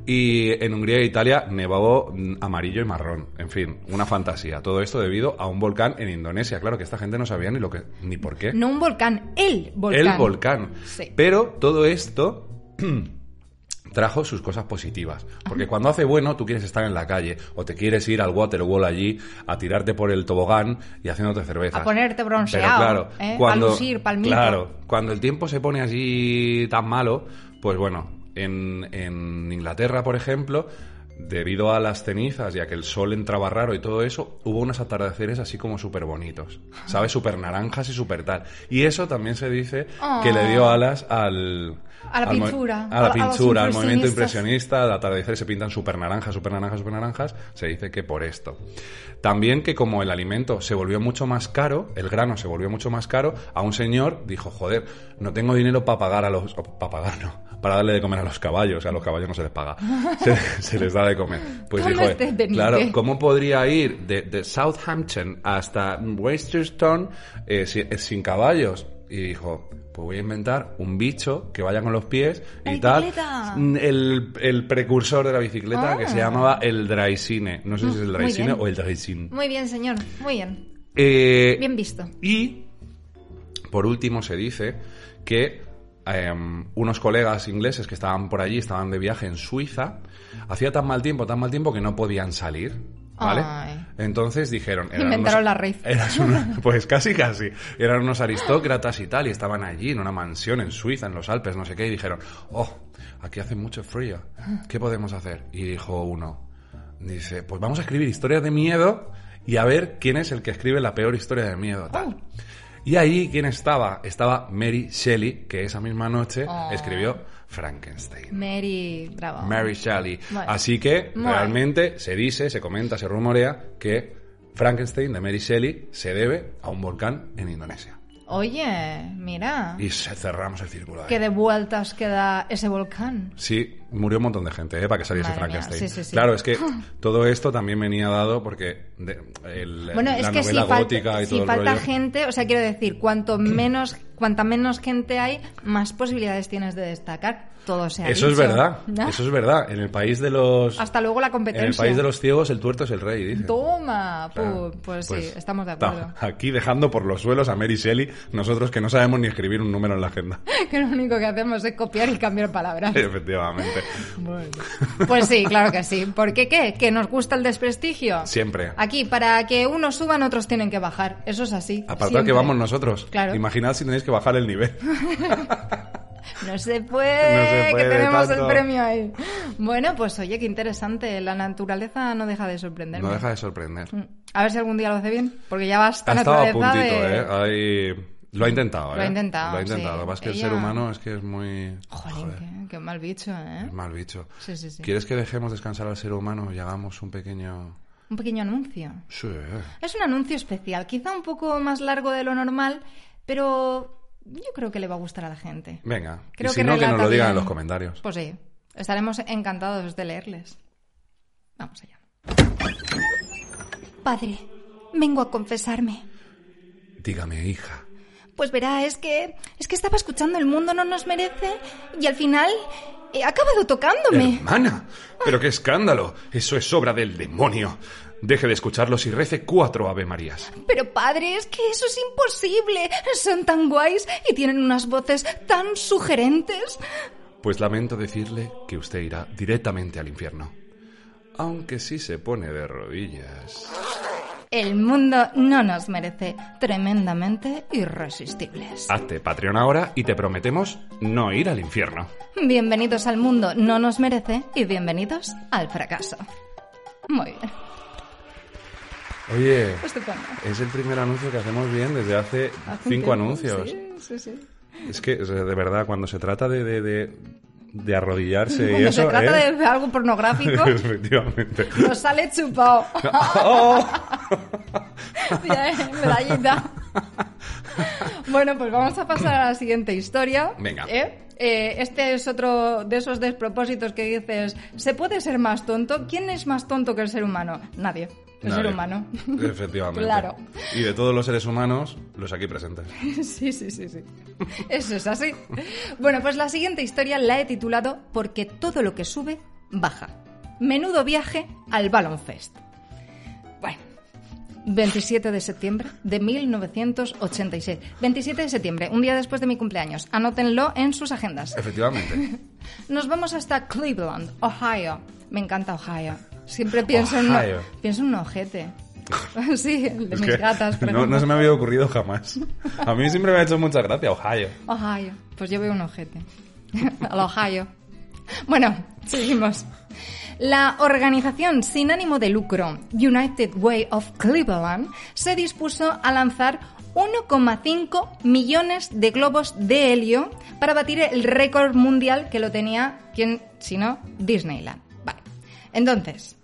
S2: Y en Hungría e Italia nevó mm, amarillo y marrón. En fin, una fantasía. Todo esto debido a un volcán en Indonesia. Claro que esta gente no sabía ni lo que, ni por qué.
S1: No un volcán, el volcán.
S2: El volcán.
S1: Sí.
S2: Pero todo esto [CLEARS THROAT] trajo sus cosas positivas. Porque cuando hace bueno, tú quieres estar en la calle o te quieres ir al waterwall allí a tirarte por el tobogán y haciéndote cerveza.
S1: A ponerte bronceado,
S2: Pero claro,
S1: ¿eh?
S2: cuando,
S1: A lucir, palmito.
S2: Claro, cuando el tiempo se pone así tan malo, pues bueno, en, en Inglaterra, por ejemplo, debido a las cenizas y a que el sol entraba raro y todo eso, hubo unos atardeceres así como súper bonitos,
S1: [LAUGHS]
S2: ¿sabes? Súper naranjas y súper tal. Y eso también se dice que le dio alas al...
S1: Ah. A la
S2: al mo-
S1: pintura,
S2: A
S1: a-
S2: la
S1: a los
S2: pintura, al movimiento
S1: impresionistas.
S2: impresionista, al atardecer se pintan súper naranjas, súper naranjas, súper naranjas, se dice que por esto. También que como el alimento se volvió mucho más caro, el grano se volvió mucho más caro, a un señor dijo, joder, no tengo dinero para pagar a los... para pagar, no, para darle de comer a los caballos, a los caballos no se les paga, se, [LAUGHS] se les da de comer. Pues
S1: ¿Cómo
S2: dijo,
S1: este
S2: eh,
S1: Benítez?
S2: claro, ¿cómo podría ir de, de Southampton hasta Westerstone eh, si- eh, sin caballos? Y dijo, pues voy a inventar un bicho que vaya con los pies y
S1: La
S2: tal.
S1: bicicleta.
S2: Mm, El, el precursor de la bicicleta que se llamaba el draisine. No sé si es el
S1: Ah. Muy
S2: draisine
S1: bien. Mm.
S2: o el draisine.
S1: Muy bien, señor. Muy bien.
S2: Eh,
S1: Bien visto.
S2: y, por último, se dice que em, unos colegas ingleses que estaban por allí, estaban de viaje en Suiza, hacía tan mal tiempo, tan mal tiempo que no podían salir. ¿Vale?
S1: Ay.
S2: Entonces dijeron... eran
S1: Inventaron
S2: unos-
S1: la
S2: [LAUGHS]
S1: raíz.
S2: eras
S1: [LAUGHS]
S2: una- pues casi, casi. Eran unos aristócratas y tal, y estaban allí en una mansión en Suiza, en los Alpes, no sé qué, y dijeron, oh, aquí hace mucho frío, ¿qué podemos hacer? Y dijo uno, dice, pues vamos a escribir historias de miedo y a ver quién es el que escribe la peor historia de miedo. Tal. Y ahí, ¿quién estaba? Estaba Mary Shelley, que esa misma noche
S1: Oh.
S2: escribió Frankenstein.
S1: Mary, bravo.
S2: Mary Shelley.
S1: Bueno.
S2: Así que
S1: Bueno.
S2: realmente se dice, se comenta, se rumorea que Frankenstein de Mary Shelley se debe a un volcán en Indonesia.
S1: Oye, mira.
S2: Y se- cerramos el círculo. ahí.
S1: Qué de vueltas queda ese volcán.
S2: Sí, murió un montón de gente ¿eh? para que saliese
S1: Madre mía,
S2: Frankenstein.
S1: sí, sí, sí.
S2: Claro,
S1: [LAUGHS]
S2: es que todo esto también venía dado porque de- el-
S1: Bueno,
S2: la
S1: es que si
S2: novela gótica
S1: falta,
S2: y
S1: si
S2: todo el
S1: falta
S2: rollo.
S1: gente, o sea, quiero decir, cuanto menos, cuanta menos gente hay, más posibilidades tienes de destacar. Todo se ha
S2: Eso es
S1: dicho,
S2: verdad,
S1: ¿no?
S2: eso es verdad. En el país de los
S1: Hasta luego la
S2: en
S1: competencia.
S2: el país de los ciegos el tuerto es el rey, dice.
S1: Toma, pu-
S2: Claro.
S1: pues,
S2: Pues,
S1: sí, estamos de
S2: ta-
S1: acuerdo.
S2: Aquí dejando por los suelos a Mary Shelley, nosotros que no sabemos ni escribir un número en
S1: [LAUGHS]
S2: la agenda. [LAUGHS]
S1: Que lo único que hacemos es copiar y cambiar palabras.
S2: Efectivamente.
S1: Bueno. Pues sí, claro que sí. ¿Por qué qué? ¿Que nos gusta el desprestigio?
S2: Siempre.
S1: Aquí, para que unos suban, otros tienen que bajar. Eso es así.
S2: Apartad que
S1: siempre.
S2: vamos nosotros.
S1: Claro.
S2: Imaginad si tenéis que bajar el nivel.
S1: No se
S2: No se
S1: puede,
S2: puede
S1: que tenemos
S2: tanto.
S1: el premio ahí. Bueno, pues oye, qué interesante. La naturaleza no deja de sorprenderme. Mm.
S2: No deja de sorprender.
S1: A ver si algún día lo hace bien, porque ya vas
S2: Ha
S1: tan
S2: estado a
S1: naturaleza
S2: puntito,
S1: Ah, de...
S2: ¿eh? Ahí- Lo ha intentado, ¿eh?
S1: Lo ha intentado,
S2: Lo ha intentado.
S1: sí.
S2: Lo que pasa es que el
S1: Ella-
S2: ser humano es que es muy...
S1: Jolín,
S2: Ah, Joder, Mm.
S1: qué, qué mal bicho, ¿eh?
S2: es mal bicho.
S1: Sí, sí, sí.
S2: ¿Quieres que dejemos descansar al ser humano y hagamos un pequeño...
S1: Un pequeño anuncio.
S2: Sí.
S1: Es un anuncio especial, quizá un poco más largo de lo normal, pero yo creo que le va a gustar a la gente.
S2: Venga.
S1: Creo
S2: y si no, que nos
S1: relata
S2: lo digan
S1: bien.
S2: en los comentarios.
S1: Pues sí, estaremos encantados de leerles. Vamos allá. Padre, vengo a confesarme.
S2: Dígame, hija.
S1: Pues verá, es que es que estaba escuchando El mundo no nos merece y al final he acabado tocándome.
S2: Hermana, pero qué escándalo. Eso es obra del demonio. deje de escucharlos y rece cuatro Ave Marías.
S1: Pero padre, es que eso es imposible. Son tan guays y tienen unas voces tan sugerentes.
S2: Pues lamento decirle que usted irá directamente al infierno. Aunque sí se pone de rodillas.
S1: El mundo no nos merece tremendamente irresistibles.
S2: Hazte Patreon ahora y te prometemos no ir al infierno.
S1: Bienvenidos al mundo no nos merece y bienvenidos al fracaso. Muy bien.
S2: Oye,
S1: Estupendo.
S2: es el primer anuncio que hacemos bien desde hace
S1: Hace un
S2: cinco
S1: tiempo,
S2: anuncios.
S1: Sí, sí, sí.
S2: Es que, o sea, de verdad, cuando se trata de, de, de- de arrodillarse y
S1: Cuando
S2: eso...
S1: se trata
S2: ¿eh?
S1: de algo
S2: [LAUGHS]
S1: pornográfico, [LAUGHS]
S2: Efectivamente.
S1: nos sale chupado.
S2: [LAUGHS] ¡Oh!
S1: [LAUGHS] Ya, eh,
S2: [LAUGHS]
S1: medallita. bueno, pues vamos a pasar a la siguiente historia.
S2: Venga.
S1: ¿eh? Eh, este es otro de esos despropósitos que dices, ¿se puede ser más tonto? ¿Quién es más tonto que el ser humano? Nadie. El
S2: Nadie.
S1: ser humano.
S2: Efectivamente.
S1: Claro.
S2: Y de todos los seres humanos, los aquí presentes.
S1: [LAUGHS] Sí, sí, sí, sí. Eso es así. Bueno, pues la siguiente historia la he titulado Porque todo lo que sube, baja. Menudo viaje al Ballon Fest. Bueno, 27 de septiembre de 1986. 27 de septiembre, un día después de mi cumpleaños. Anótenlo en sus agendas.
S2: Efectivamente.
S1: Nos vamos hasta Cleveland, Ohio. Me encanta Ohio. Siempre pienso, en,
S2: Ohio.
S1: pienso en un ojete. [LAUGHS] Sí, el de
S2: Es
S1: mis
S2: que
S1: gatas. por
S2: no,
S1: ejemplo.
S2: no se me había ocurrido jamás. A mí siempre me ha hecho mucha gracia Ohio.
S1: Ohio. Pues yo veo un ojete. [LAUGHS] Al Ohio. Bueno, seguimos. La organización sin ánimo de lucro United Way of Cleveland se dispuso a lanzar 1,5 millones de globos de helio para batir el récord mundial que lo tenía, ¿quién si no? Disneyland. Vale. Entonces,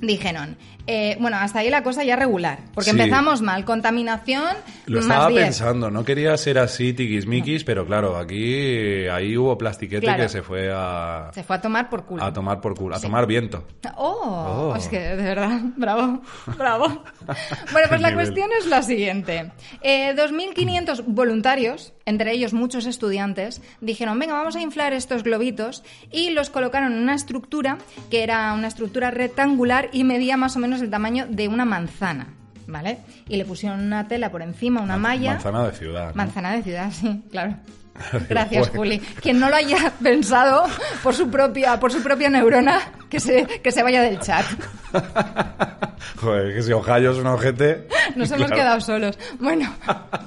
S1: dijeron, eh, bueno, hasta ahí la cosa ya regular, porque
S2: Sí.
S1: empezamos mal, contaminación,
S2: Lo
S1: más
S2: estaba
S1: 10.
S2: pensando, no quería ser así tiquismiquis, pero claro, aquí ahí hubo plastiquete
S1: Claro.
S2: que se fue a,
S1: Se fue a tomar por culo.
S2: a tomar por culo, a tomar viento.
S1: Oh,
S2: Oh.
S1: es que de verdad, [LAUGHS] bravo, bravo. Bueno, pues la
S2: Nivel.
S1: cuestión es la siguiente. Eh, 2.500 voluntarios, entre ellos muchos estudiantes, dijeron, venga, vamos a inflar estos globitos y los colocaron en una estructura que era una estructura rectangular y medía más o menos el tamaño de una manzana, ¿vale? Y le pusieron una tela por encima, una malla.
S2: Ah, Manzana de ciudad. ¿no?
S1: Manzana de ciudad, sí,
S2: [LAUGHS]
S1: claro. Gracias, Juli. Quien no lo haya pensado por su propia, por su propia neurona, que se, que se vaya del chat.
S2: Joder, que si Ohio es un ojete.
S1: [LAUGHS] Nos hemos
S2: claro.
S1: quedado solos. Bueno, [LAUGHS]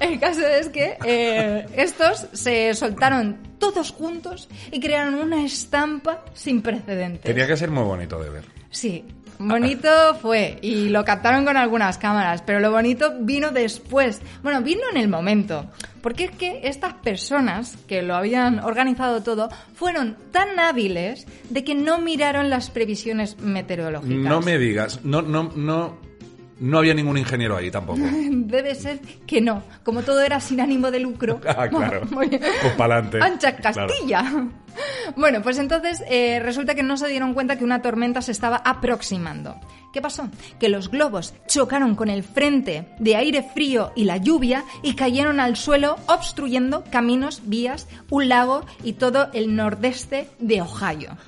S1: el caso es que eh, estos se soltaron todos juntos y crearon una estampa sin precedentes.
S2: Tenía que ser muy bonito de ver.
S1: Sí, bonito fue y lo captaron con algunas cámaras, pero lo bonito vino después. Bueno, vino en el momento, porque es que estas personas que lo habían organizado todo fueron tan hábiles de que no miraron las previsiones meteorológicas.
S2: No me digas, no, no, no, no había ningún ingeniero
S1: [LAUGHS]
S2: ahí tampoco.
S1: Debe ser que no, como todo era sin ánimo de lucro.
S2: [LAUGHS] Ah, claro.
S1: Muy bien.
S2: Pues pa'lante.
S1: Ancha
S2: Claro.
S1: Castilla. [LAUGHS] Bueno, pues entonces eh, resulta que no se dieron cuenta que una tormenta se estaba aproximando. ¿Qué pasó? Que los globos chocaron con el frente de aire frío y la lluvia y cayeron al suelo obstruyendo caminos, vías, un lago y todo el nordeste de Ohio.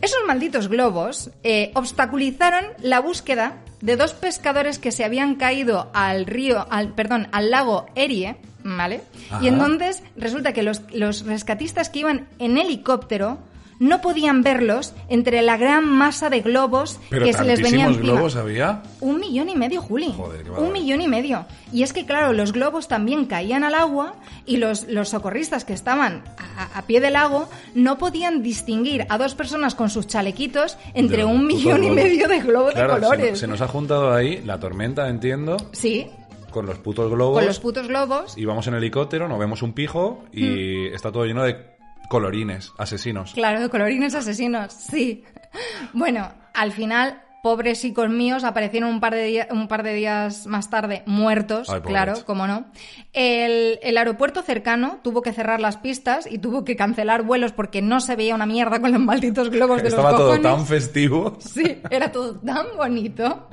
S1: Esos malditos globos eh, obstaculizaron la búsqueda de dos pescadores que se habían caído al río, al, perdón, al lago Erie, ¿vale? Y
S2: Ajá.
S1: entonces resulta que los, los rescatistas que iban en helicóptero no podían verlos entre la gran masa de globos
S2: Pero
S1: que se les venía
S2: tantísimos
S1: encima.
S2: globos había.
S1: Un millón y medio, Juli.
S2: Joder, qué
S1: un
S2: barbaridad.
S1: millón y medio. Y es que, claro, los globos también caían al agua y los, los socorristas que estaban a, a- a pie del lago no podían distinguir a dos personas con sus chalequitos entre
S2: De los
S1: un
S2: putos
S1: millón y
S2: globos.
S1: medio de globos
S2: Claro,
S1: de
S2: se nos- Se,
S1: colores.
S2: nos ha juntado ahí la tormenta, entiendo,
S1: Sí,
S2: con los putos globos.
S1: con los putos globos.
S2: y vamos en helicóptero, nos vemos un pijo
S1: Hmm.
S2: y está todo lleno de colorines, asesinos.
S1: Claro, de colorines asesinos, sí. Bueno, al final, pobres chicos míos aparecieron un par de, día- un par de días más tarde muertos,
S2: Ay, pobres.
S1: claro, como no. El, el aeropuerto cercano tuvo que cerrar las pistas y tuvo que cancelar vuelos porque no se veía una mierda con los malditos globos de
S2: Estaba
S1: los
S2: todo
S1: cojones. [LAUGHS]
S2: tan festivo.
S1: Sí, era todo tan bonito,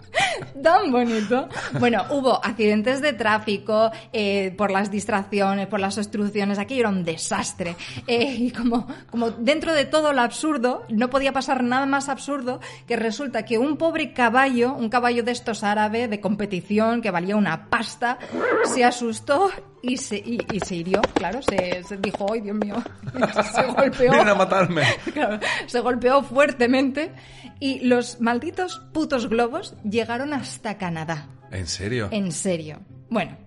S1: tan bonito. Bueno, hubo accidentes de tráfico eh, por las distracciones, por las obstrucciones, aquello era un desastre. Eh, y como, como dentro de todo lo absurdo, no podía pasar nada más absurdo que resulta que un un pobre caballo, un caballo de estos árabe de competición que valía una pasta, se asustó y se, y, y se hirió, claro, se, se dijo, ¡ay, Dios mío! [LAUGHS] se golpeó.
S2: Vienen a matarme.
S1: [LAUGHS] Claro, se golpeó fuertemente y los malditos putos globos llegaron hasta Canadá.
S2: ¿En serio?
S1: En serio. Bueno,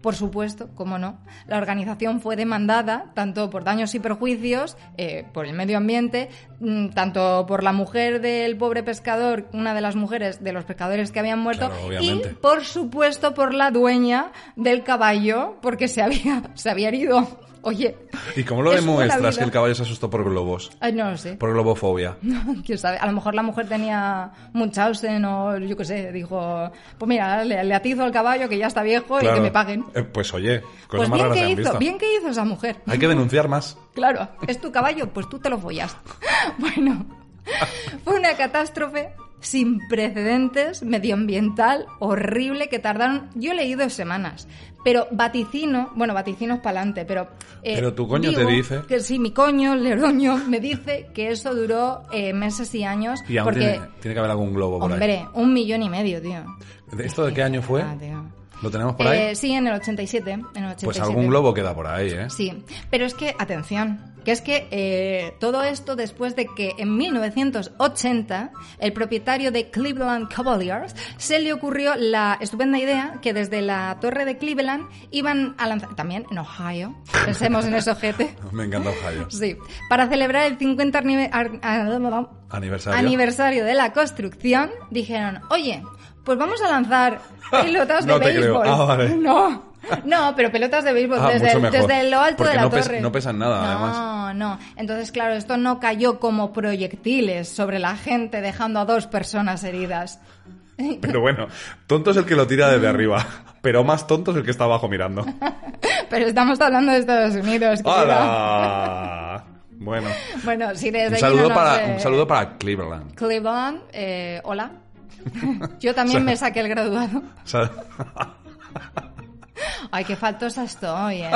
S1: por supuesto, como no, la organización fue demandada tanto por daños y perjuicios, eh, por el medio ambiente, mm, tanto por la mujer del pobre pescador, una de las mujeres de los pescadores que habían muerto,
S2: Claro,
S1: y
S2: obviamente.
S1: por supuesto por la dueña del caballo, porque se había, se había herido. Oye.
S2: ¿Y cómo lo
S1: es una
S2: demuestras
S1: vida.
S2: que el caballo se asustó por globos?
S1: Ay, no lo sé.
S2: Por
S1: [LAUGHS]
S2: globofobia.
S1: ¿Quién sabe? A lo mejor la mujer tenía Munchausen o yo qué sé, dijo, pues mira, le, le atizo al caballo que ya está viejo y
S2: Claro.
S1: que me paguen.
S2: Eh, pues oye, cosas
S1: Pues
S2: más
S1: bien
S2: raras
S1: que
S2: se han
S1: hizo,
S2: visto.
S1: bien que hizo esa mujer.
S2: Hay que denunciar más.
S1: Claro, es tu caballo, pues tú te lo follas. [LAUGHS] Bueno, fue una catástrofe sin precedentes, medioambiental, horrible, que tardaron, yo he leído semanas, pero vaticino, bueno, vaticino es pa'lante, pero... eh,
S2: Pero tu coño te
S1: digo
S2: dice.
S1: Que sí, mi coño, Leroño, me dice que eso duró eh, meses y años,
S2: Y aún
S1: porque,
S2: tiene, tiene que haber algún globo por
S1: hombre, un millón y medio, tío.
S2: ahí. ¿De ¿Esto de qué año fue?
S1: Ah, tío.
S2: ¿Lo tenemos por
S1: Eh,
S2: ahí?
S1: sí, en el 87, en el 87.
S2: Pues algún globo queda por ahí, ¿eh?
S1: Sí, pero es que, atención, que es que eh, todo esto después de que en 1980 el propietario de Cleveland Cavaliers se le ocurrió la estupenda idea que desde la torre de Cleveland iban a lanzar, también en Ohio, [LAUGHS] pensemos en ese ojete,
S2: Me
S1: [LAUGHS]
S2: encanta Ohio.
S1: sí, para celebrar el 50 arnive- ar- ah, ar-
S2: Aniversario.
S1: aniversario de la construcción, dijeron, oye, pues vamos a
S2: [LAUGHS]
S1: lanzar pelotas
S2: No
S1: de
S2: te creo.
S1: béisbol.
S2: Ah, vale.
S1: [LAUGHS] No, no, pero pelotas de béisbol
S2: Ah,
S1: desde,
S2: mucho
S1: el-
S2: mejor.
S1: desde lo alto
S2: Porque
S1: de la
S2: no pes-
S1: torre.
S2: no pesan nada,
S1: No,
S2: además.
S1: no. Entonces, claro, esto no cayó como proyectiles sobre la gente, dejando a dos personas heridas. [LAUGHS]
S2: Pero bueno, tonto es el que lo tira desde arriba. Pero más tonto es el que está
S1: [LAUGHS]
S2: abajo mirando.
S1: Pero estamos hablando de Estados Unidos. querida.
S2: ¡Hala! Bueno.
S1: Bueno, sí, desde
S2: Un
S1: aquí
S2: saludo,
S1: no nos,
S2: para,
S1: eh,
S2: un saludo para Cleveland.
S1: Cleveland, eh,
S2: [LAUGHS]
S1: hola. Yo también me saqué el graduado.
S2: O sea,
S1: Ay, qué faltosa estoy,
S2: [LAUGHS]
S1: ¿eh?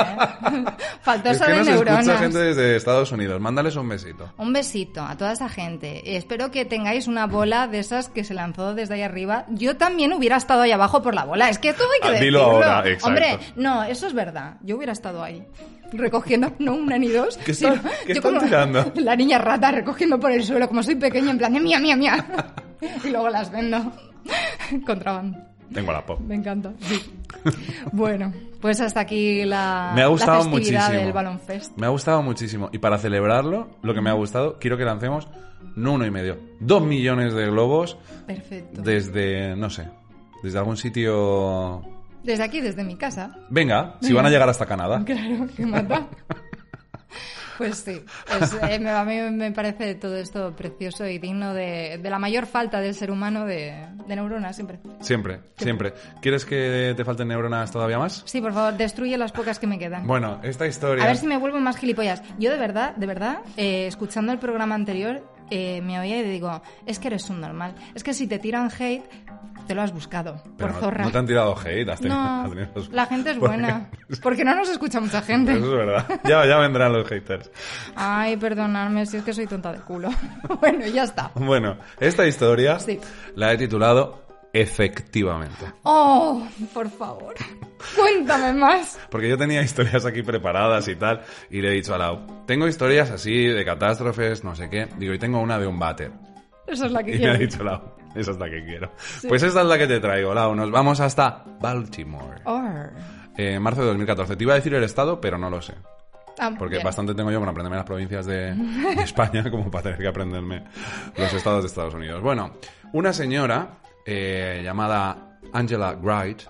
S1: Faltosa
S2: es que
S1: de
S2: nos escucha
S1: neuronas.
S2: gente desde Estados Unidos. Mándales un besito.
S1: Un besito a toda esa gente. Espero que tengáis una bola de esas que se lanzó desde ahí arriba. Yo también hubiera estado ahí abajo por la bola. Es que todo hay que
S2: Ah,
S1: decirlo.
S2: dilo ahora, exacto.
S1: Hombre, no, eso es verdad. Yo hubiera estado ahí recogiendo, no una ni dos.
S2: ¿Qué están-
S1: sino- yo
S2: qué están
S1: como
S2: tirando?
S1: La niña rata recogiendo por el suelo, como soy pequeña, en plan de mía, mía,
S2: [LAUGHS]
S1: mía. Y luego las vendo. Contrabando.
S2: Tengo la pop.
S1: Me encanta. sí. Bueno, pues hasta aquí Ah, la,
S2: Me ha gustado
S1: la festividad
S2: muchísimo.
S1: del Balón Fest.
S2: Me ha gustado muchísimo. Y para celebrarlo, lo que me ha gustado, quiero que lancemos no uno y medio, dos millones de globos
S1: Perfecto.
S2: desde, no sé, desde algún sitio.
S1: Desde aquí, desde mi casa.
S2: Venga, si van a llegar hasta Canadá.
S1: Claro, que mata. Pues sí, es, eh, me, a mí me parece todo esto precioso y digno de, de la mayor falta del ser humano de, de neuronas siempre.
S2: Siempre, siempre. ¿Quieres que te falten neuronas todavía más?
S1: Sí, por favor, destruye las pocas que me quedan.
S2: Bueno, esta historia.
S1: A ver si me vuelvo más gilipollas. Yo de verdad, de verdad, eh, escuchando el programa anterior, eh, me oía y digo, es que eres un normal. Es que si te tiran hate, te lo has buscado,
S2: Pero
S1: por
S2: no- este,
S1: zorra.
S2: No, te han tirado hate, has tenido-
S1: No,
S2: has tenido los-
S1: la gente es
S2: [LAUGHS] Porque-
S1: buena. Porque no nos escucha mucha gente.
S2: Eso es verdad.
S1: [LAUGHS]
S2: Ya, ya vendrán los haters.
S1: Ay, perdonadme, si es que soy tonta de culo. [LAUGHS] bueno, ya está.
S2: Bueno, esta historia
S1: Sí.
S2: la he titulado Efectivamente.
S1: Oh, por favor. Cuéntame más.
S2: Porque yo tenía historias aquí preparadas y tal, y le he dicho a Lau, tengo historias así de catástrofes, no sé qué. Digo, y tengo una de un váter.
S1: Eso es la que
S2: [LAUGHS] Y me
S1: quiero.
S2: ha dicho Lau, esa es la que quiero. Pues esta es la que te traigo, Lau. Nos vamos hasta Baltimore.
S1: Or.
S2: Eh, marzo de 2014. Te iba a decir el estado, pero no lo sé.
S1: Ah,
S2: Porque
S1: bien.
S2: bastante tengo yo con aprenderme las provincias de, de España [LAUGHS] como para tener que aprenderme los estados de Estados Unidos. Bueno, una señora eh, llamada Angela Wright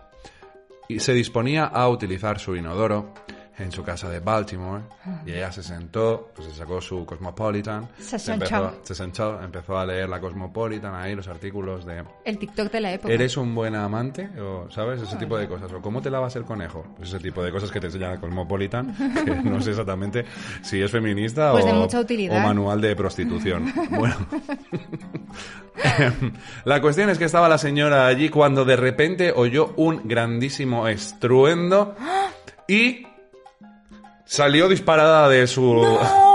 S2: y se disponía a utilizar su inodoro en su casa de Baltimore y ella se sentó, pues se sacó su Cosmopolitan,
S1: Se
S2: empezó,
S1: sentó.
S2: se sentó, empezó a leer la Cosmopolitan, ahí los artículos de
S1: El TikTok de la época.
S2: ¿Eres un buen amante? O, ¿Sabes? Ese tipo de cosas. ¿O cómo te lavas el conejo? Pues ese tipo de cosas que te enseña la
S1: [LAUGHS]
S2: Cosmopolitan, que no sé exactamente si es feminista
S1: Pues
S2: o,
S1: de mucha utilidad.
S2: o manual
S1: [LAUGHS]
S2: de prostitución. Bueno. [LAUGHS] la cuestión es que estaba la señora allí cuando de repente oyó un grandísimo estruendo y salió disparada de su,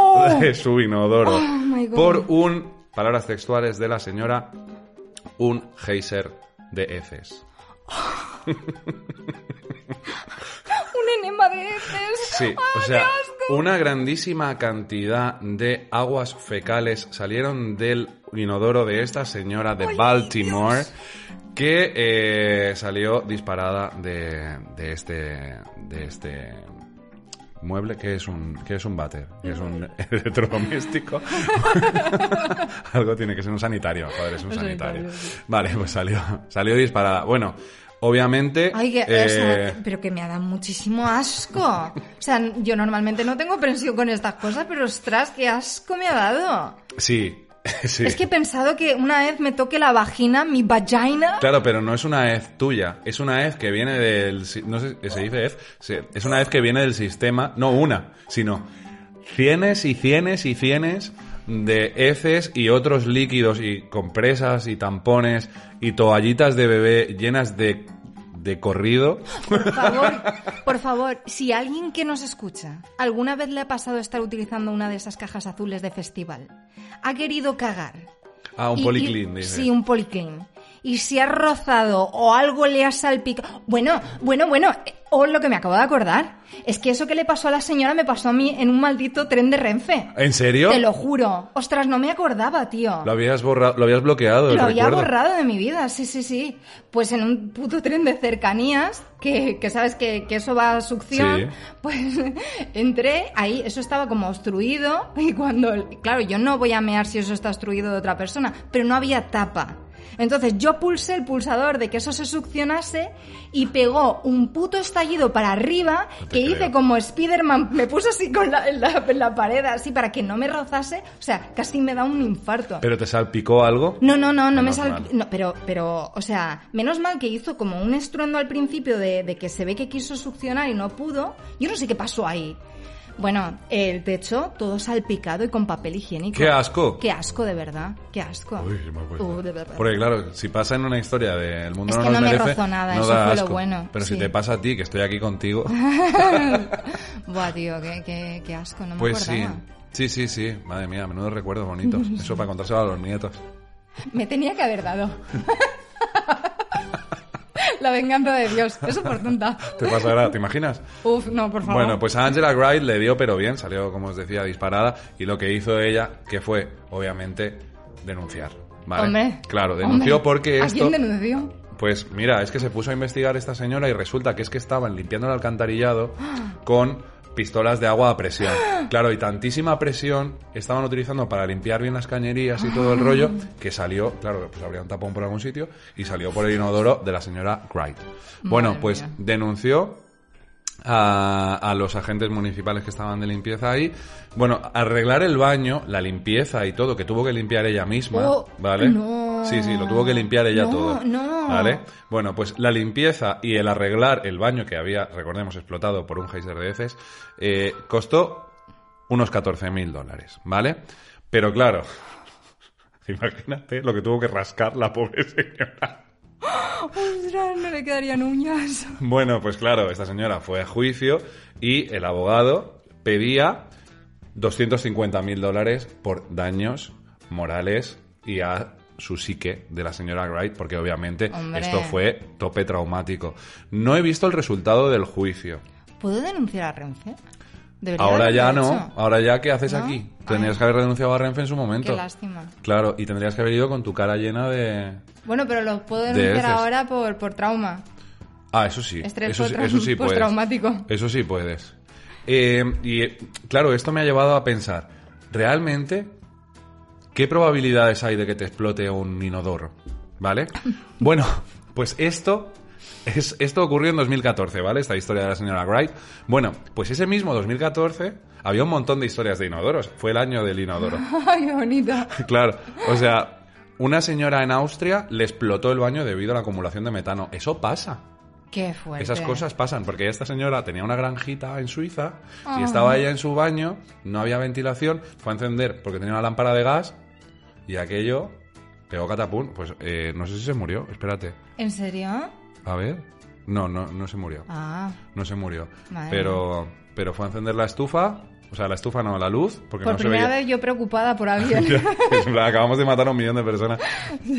S2: [LAUGHS] de su inodoro
S1: Oh, my God.
S2: por un, palabras textuales de la señora, un geyser de heces.
S1: [LAUGHS] Un enema de heces. [LAUGHS]
S2: Sí, o
S1: ¡Ah,
S2: sea,
S1: qué asco!
S2: una grandísima cantidad de aguas fecales salieron del inodoro de esta señora de Baltimore que eh, salió disparada de, de este de este mueble que es un que es un váter, que es un [LAUGHS]
S1: [LAUGHS]
S2: electrodoméstico. Algo tiene que ser un sanitario, joder, es un
S1: Un sanitario,
S2: sanitario.
S1: sí.
S2: Vale, pues salió salió disparada. Bueno, obviamente
S1: Ay, que, o
S2: eh,
S1: sea, pero que me ha dado muchísimo asco. O sea, yo normalmente no tengo presión con estas cosas, pero ostras, qué asco me ha dado.
S2: Sí, [LAUGHS] sí.
S1: Es que he pensado que una vez me toque la vagina, mi vagina.
S2: Claro, pero no es una hez tuya, es una hez que viene del... si- No sé, ¿se dice hez? Sí, Es una hez que viene del sistema, no una, sino cienes y cienes y cienes de heces y otros líquidos y compresas y tampones y toallitas de bebé llenas de, de corrido.
S1: Por favor, por favor, si alguien que nos escucha alguna vez le ha pasado estar utilizando una de esas cajas azules de festival, ha querido cagar.
S2: Ah, un
S1: y- y-
S2: policlin, dice.
S1: Sí, un policlin. Y si ha rozado o algo le ha salpicado. Bueno, bueno, bueno. eh, O lo que me acabo de acordar. Es que eso que le pasó a la señora me pasó a mí en un maldito tren de Renfe.
S2: ¿En serio?
S1: Te lo juro. Ostras, no me acordaba, tío.
S2: Lo habías borrado, lo habías bloqueado. el
S1: Lo había
S2: recuerdo.
S1: borrado de mi vida, sí, sí, sí. Pues en un puto tren de cercanías, que, que sabes que, que eso va a succión,
S2: Sí.
S1: pues [LAUGHS] entré ahí, eso estaba como obstruido, y cuando, claro, yo no voy a mear si eso está obstruido de otra persona, pero no había tapa. Entonces yo pulsé el pulsador de que eso se succionase y pegó un puto estallido para arriba
S2: No te
S1: que
S2: creo.
S1: hice como Spiderman, me puse así con la, en la, en la pared así para que no me rozase, o sea, casi me da un infarto.
S2: ¿Pero te salpicó algo?
S1: No, no, no, no me
S2: Menos
S1: sal...
S2: mal.
S1: No, pero, pero, o sea, menos mal que hizo como un estruendo al principio de, de que se ve que quiso succionar y no pudo. Yo no sé qué pasó ahí. Bueno, el techo todo salpicado y con papel higiénico.
S2: ¡Qué asco!
S1: Qué asco, de verdad. Qué asco.
S2: Uy, me ha puesto.
S1: Uh, de verdad.
S2: Porque claro, si pasa en una historia del mundo
S1: Es
S2: no
S1: que
S2: nos
S1: no me
S2: merece,
S1: rozó nada,
S2: no
S1: eso
S2: da
S1: fue lo
S2: asco.
S1: bueno,
S2: Pero si
S1: sí.
S2: te pasa a ti, que estoy
S1: [LAUGHS]
S2: aquí contigo,
S1: Buah, tío, qué, qué, qué asco, no me
S2: pues sí.
S1: acordaba.
S2: Sí, sí, sí. Madre mía, menudo recuerdos
S1: [LAUGHS]
S2: bonitos. Eso para contárselo a los nietos.
S1: Me tenía que haber dado. [LAUGHS] La venganza de Dios. Eso por tonta.
S2: [LAUGHS] Te pasará, ¿te imaginas?
S1: Uf, no, por favor.
S2: Bueno, pues a Angela Wright le dio, pero bien, salió, como os decía, disparada. Y lo que hizo ella, que fue, obviamente, denunciar. ¿Vale?
S1: Hombre.
S2: Claro, denunció
S1: Hombre,
S2: porque
S1: ¿A
S2: esto.
S1: quién denunció?
S2: Pues mira, es que se puso a investigar esta señora y resulta que es que estaban limpiando el alcantarillado
S1: [GASPS]
S2: con pistolas de agua a presión. Claro, y tantísima presión estaban utilizando para limpiar bien las cañerías y todo el rollo
S1: Ah.
S2: que salió, claro, pues habría un tapón por algún sitio y salió por el inodoro de la señora Wright. Bueno,
S1: Madre
S2: pues
S1: mía.
S2: denunció a, a los agentes municipales que estaban de limpieza ahí. Bueno, arreglar el baño, la limpieza y todo, que tuvo que limpiar ella misma,
S1: Oh,
S2: ¿vale?
S1: no.
S2: Sí, sí, lo tuvo que limpiar ella
S1: No,
S2: todo.
S1: no.
S2: ¿Vale? Bueno, pues la limpieza y el arreglar el baño que había, recordemos, explotado por un geyser de heces, eh, costó unos 14.000 dólares, ¿vale? Pero claro, [LAUGHS] imagínate lo que tuvo que rascar la pobre señora.
S1: Ostras, no le quedarían uñas.
S2: Bueno, pues claro, esta señora fue a juicio y el abogado pedía 250.000 dólares por daños morales y a su psique de la señora Wright, porque obviamente
S1: Hombre.
S2: esto fue tope traumático. No he visto el resultado del juicio.
S1: ¿Puedo denunciar a Renfe? Debería
S2: Ahora
S1: haberlo
S2: ya no.
S1: hecho.
S2: Ahora ya, ¿qué haces
S1: ¿No?
S2: aquí?
S1: Ay.
S2: Tendrías que haber renunciado a Renfe en su momento.
S1: Qué lástima.
S2: Claro, y tendrías que haber ido con tu cara llena de...
S1: Bueno, pero lo puedo
S2: De
S1: denunciar
S2: heces.
S1: ahora por, por trauma.
S2: Ah, eso sí.
S1: Estrés
S2: eso, sí-
S1: postrau- [LAUGHS]
S2: eso sí puedes.
S1: postraumático.
S2: Eso sí puedes. Eh, y eh, claro, esto me ha llevado a pensar, ¿realmente qué probabilidades hay de que te explote un inodoro? ¿Vale? Bueno, pues esto... Es, esto ocurrió en 2014, ¿vale? Esta historia de la señora Wright. Bueno, pues ese mismo 2014 había un montón de historias de inodoros. Fue el año del inodoro.
S1: Ay, qué bonito.
S2: Claro, o sea, una señora en Austria le explotó el baño debido a la acumulación de metano. Eso pasa.
S1: Qué fuerte.
S2: Esas cosas pasan, porque esta señora tenía una granjita en Suiza
S1: Ah.
S2: y estaba ella en su baño, no había ventilación, fue a encender porque tenía una lámpara de gas y aquello pegó catapum. Pues eh, no sé si se murió, espérate.
S1: ¿En serio?
S2: A ver. No, no, no se murió.
S1: Ah,
S2: No se murió.
S1: Madre
S2: Pero, pero fue a encender la estufa, O sea, la estufa no, la luz, porque
S1: Por
S2: no se
S1: primera
S2: veía.
S1: vez yo preocupada por alguien.
S2: [LAUGHS] Ya, es verdad, acabamos de matar a un millón de personas.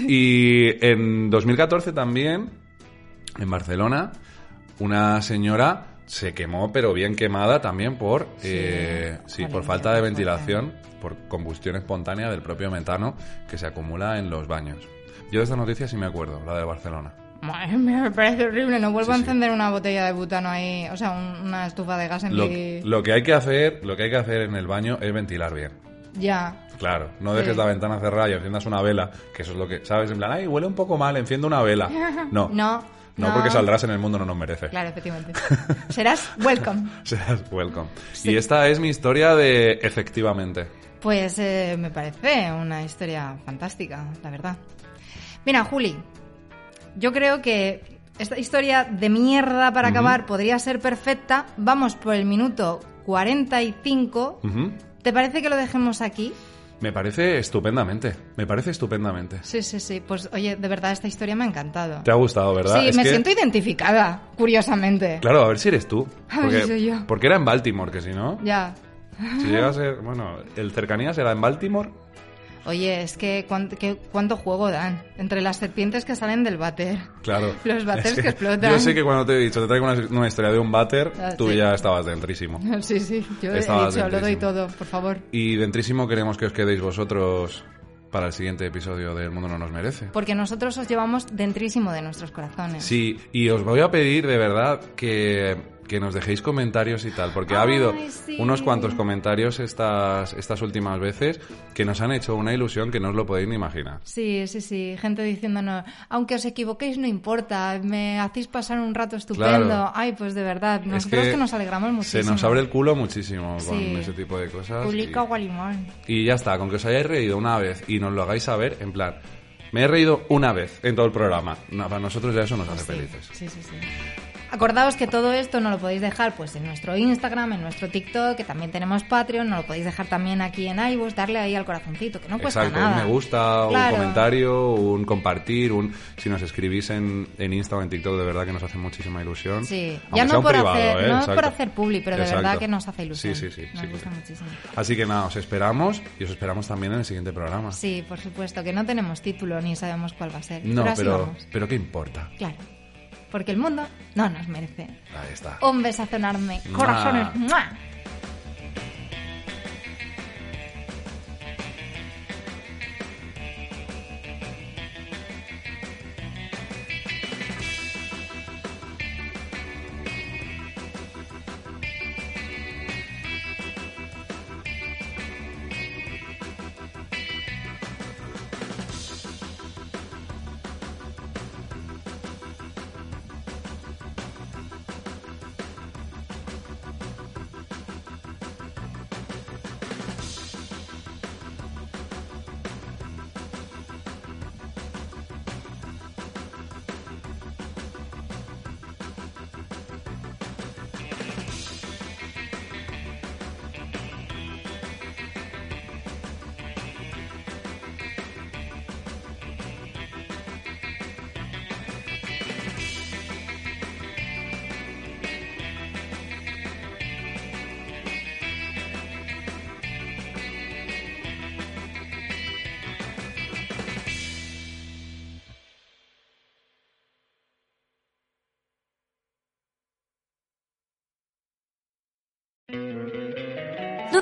S2: Y en 2014 también, en Barcelona, una señora se quemó, pero bien quemada también por, eh, sí,
S1: Jolín,
S2: por
S1: qué
S2: falta de
S1: fuerte.
S2: ventilación, por combustión espontánea del propio metano que se acumula en los baños. Yo de esta noticia sí me acuerdo, la de Barcelona.
S1: Madre mía, me parece horrible. No vuelvo
S2: Sí,
S1: a
S2: sí.
S1: encender una botella de butano ahí, o sea, un- una estufa de gas en
S2: Lo,
S1: mi...
S2: lo que hay que hacer, lo que hay que hacer en el baño es ventilar bien.
S1: Ya.
S2: Claro, no dejes
S1: Sí.
S2: la ventana cerrada y enciendas una vela, que eso es lo que, ¿sabes? En plan, ay, huele un poco mal, enciendo
S1: [LAUGHS]
S2: una vela.
S1: No,
S2: No. No,
S1: no.
S2: porque saldrás en el mundo, no nos merece.
S1: Claro, efectivamente. Serás welcome.
S2: [LAUGHS] Serás welcome.
S1: Sí.
S2: Y esta es mi historia de efectivamente.
S1: Pues eh, me parece una historia fantástica, la verdad. Mira, Juli, yo creo que esta historia de mierda para acabar podría ser perfecta. Vamos por el minuto 45.
S2: Ujú.
S1: ¿Te parece que lo dejemos aquí?
S2: Me parece estupendamente. Me parece estupendamente.
S1: Sí, sí, sí. Pues oye, de verdad esta historia me ha encantado.
S2: Te ha gustado, ¿verdad?
S1: Sí,
S2: Es
S1: me
S2: que-
S1: siento identificada, curiosamente.
S2: Claro, a ver si eres tú.
S1: A ver si soy yo.
S2: Porque era en Baltimore, que si no.
S1: Ya.
S2: Si llega a ser. Bueno, el cercanías era en Baltimore.
S1: Oye, es que cuán- que- cuánto juego dan entre las serpientes que salen del váter. [LAUGHS]
S2: Claro.
S1: Los váteres
S2: [LAUGHS] Es
S1: que explotan.
S2: Yo sé que cuando te he dicho, te traigo una, una historia de un váter,
S1: Ah,
S2: tú
S1: sí.
S2: ya estabas dentrísimo.
S1: [LAUGHS] Sí, sí, yo he
S2: Estabas
S1: dicho, lo doy
S2: dentrísimo.
S1: todo, por favor.
S2: Y dentrísimo queremos que os quedéis vosotros para el siguiente episodio de El Mundo No Nos Merece.
S1: Porque nosotros os llevamos dentrísimo de nuestros corazones.
S2: Sí, y os voy a pedir de verdad que, que nos dejéis comentarios y tal, porque ha
S1: Ay,
S2: habido
S1: sí.
S2: unos cuantos comentarios estas, estas últimas veces que nos han hecho una ilusión que no os lo podéis ni imaginar.
S1: Sí, sí, sí, gente diciéndonos, aunque os equivoquéis no importa, me hacéis pasar un rato estupendo.
S2: Claro.
S1: Ay, pues de verdad,
S2: Es
S1: nosotros que, nos alegramos muchísimo.
S2: Se nos abre el culo muchísimo con
S1: Sí.
S2: ese tipo de cosas. y-
S1: Publica Gualimón.
S2: Y ya está, con que os hayáis reído una vez y nos lo hagáis saber, en plan, me he reído una vez en todo el programa. No, para nosotros ya eso nos hace
S1: Sí,
S2: felices.
S1: sí, sí, sí. Acordaos que todo esto no lo podéis dejar pues en nuestro Instagram, en nuestro TikTok, que también tenemos Patreon, no lo podéis dejar también aquí en iVoox, darle ahí al corazoncito, que no cuesta
S2: Exacto,
S1: nada.
S2: un me gusta,
S1: Claro.
S2: un comentario, un compartir, un si nos escribís en, en Insta o en TikTok, de verdad que nos hace muchísima ilusión.
S1: Sí,
S2: Aunque
S1: ya
S2: sea
S1: no
S2: un
S1: por,
S2: privado,
S1: hacer,
S2: ¿eh?
S1: no
S2: Exacto.
S1: por hacer publi, pero de
S2: Exacto.
S1: verdad que nos hace ilusión.
S2: Sí, sí, sí.
S1: Nos
S2: sí,
S1: gusta
S2: sí.
S1: muchísimo.
S2: Así que nada, os esperamos y os esperamos también en el siguiente programa.
S1: Sí, por supuesto, que no tenemos título ni sabemos cuál va a ser.
S2: no,
S1: pero así
S2: pero,
S1: vamos.
S2: pero ¿qué importa?
S1: Claro, porque el mundo no nos merece.
S2: Ahí está.
S1: Un besazo enorme,
S2: Mua.
S1: corazones. ¡mua!
S3: ¿No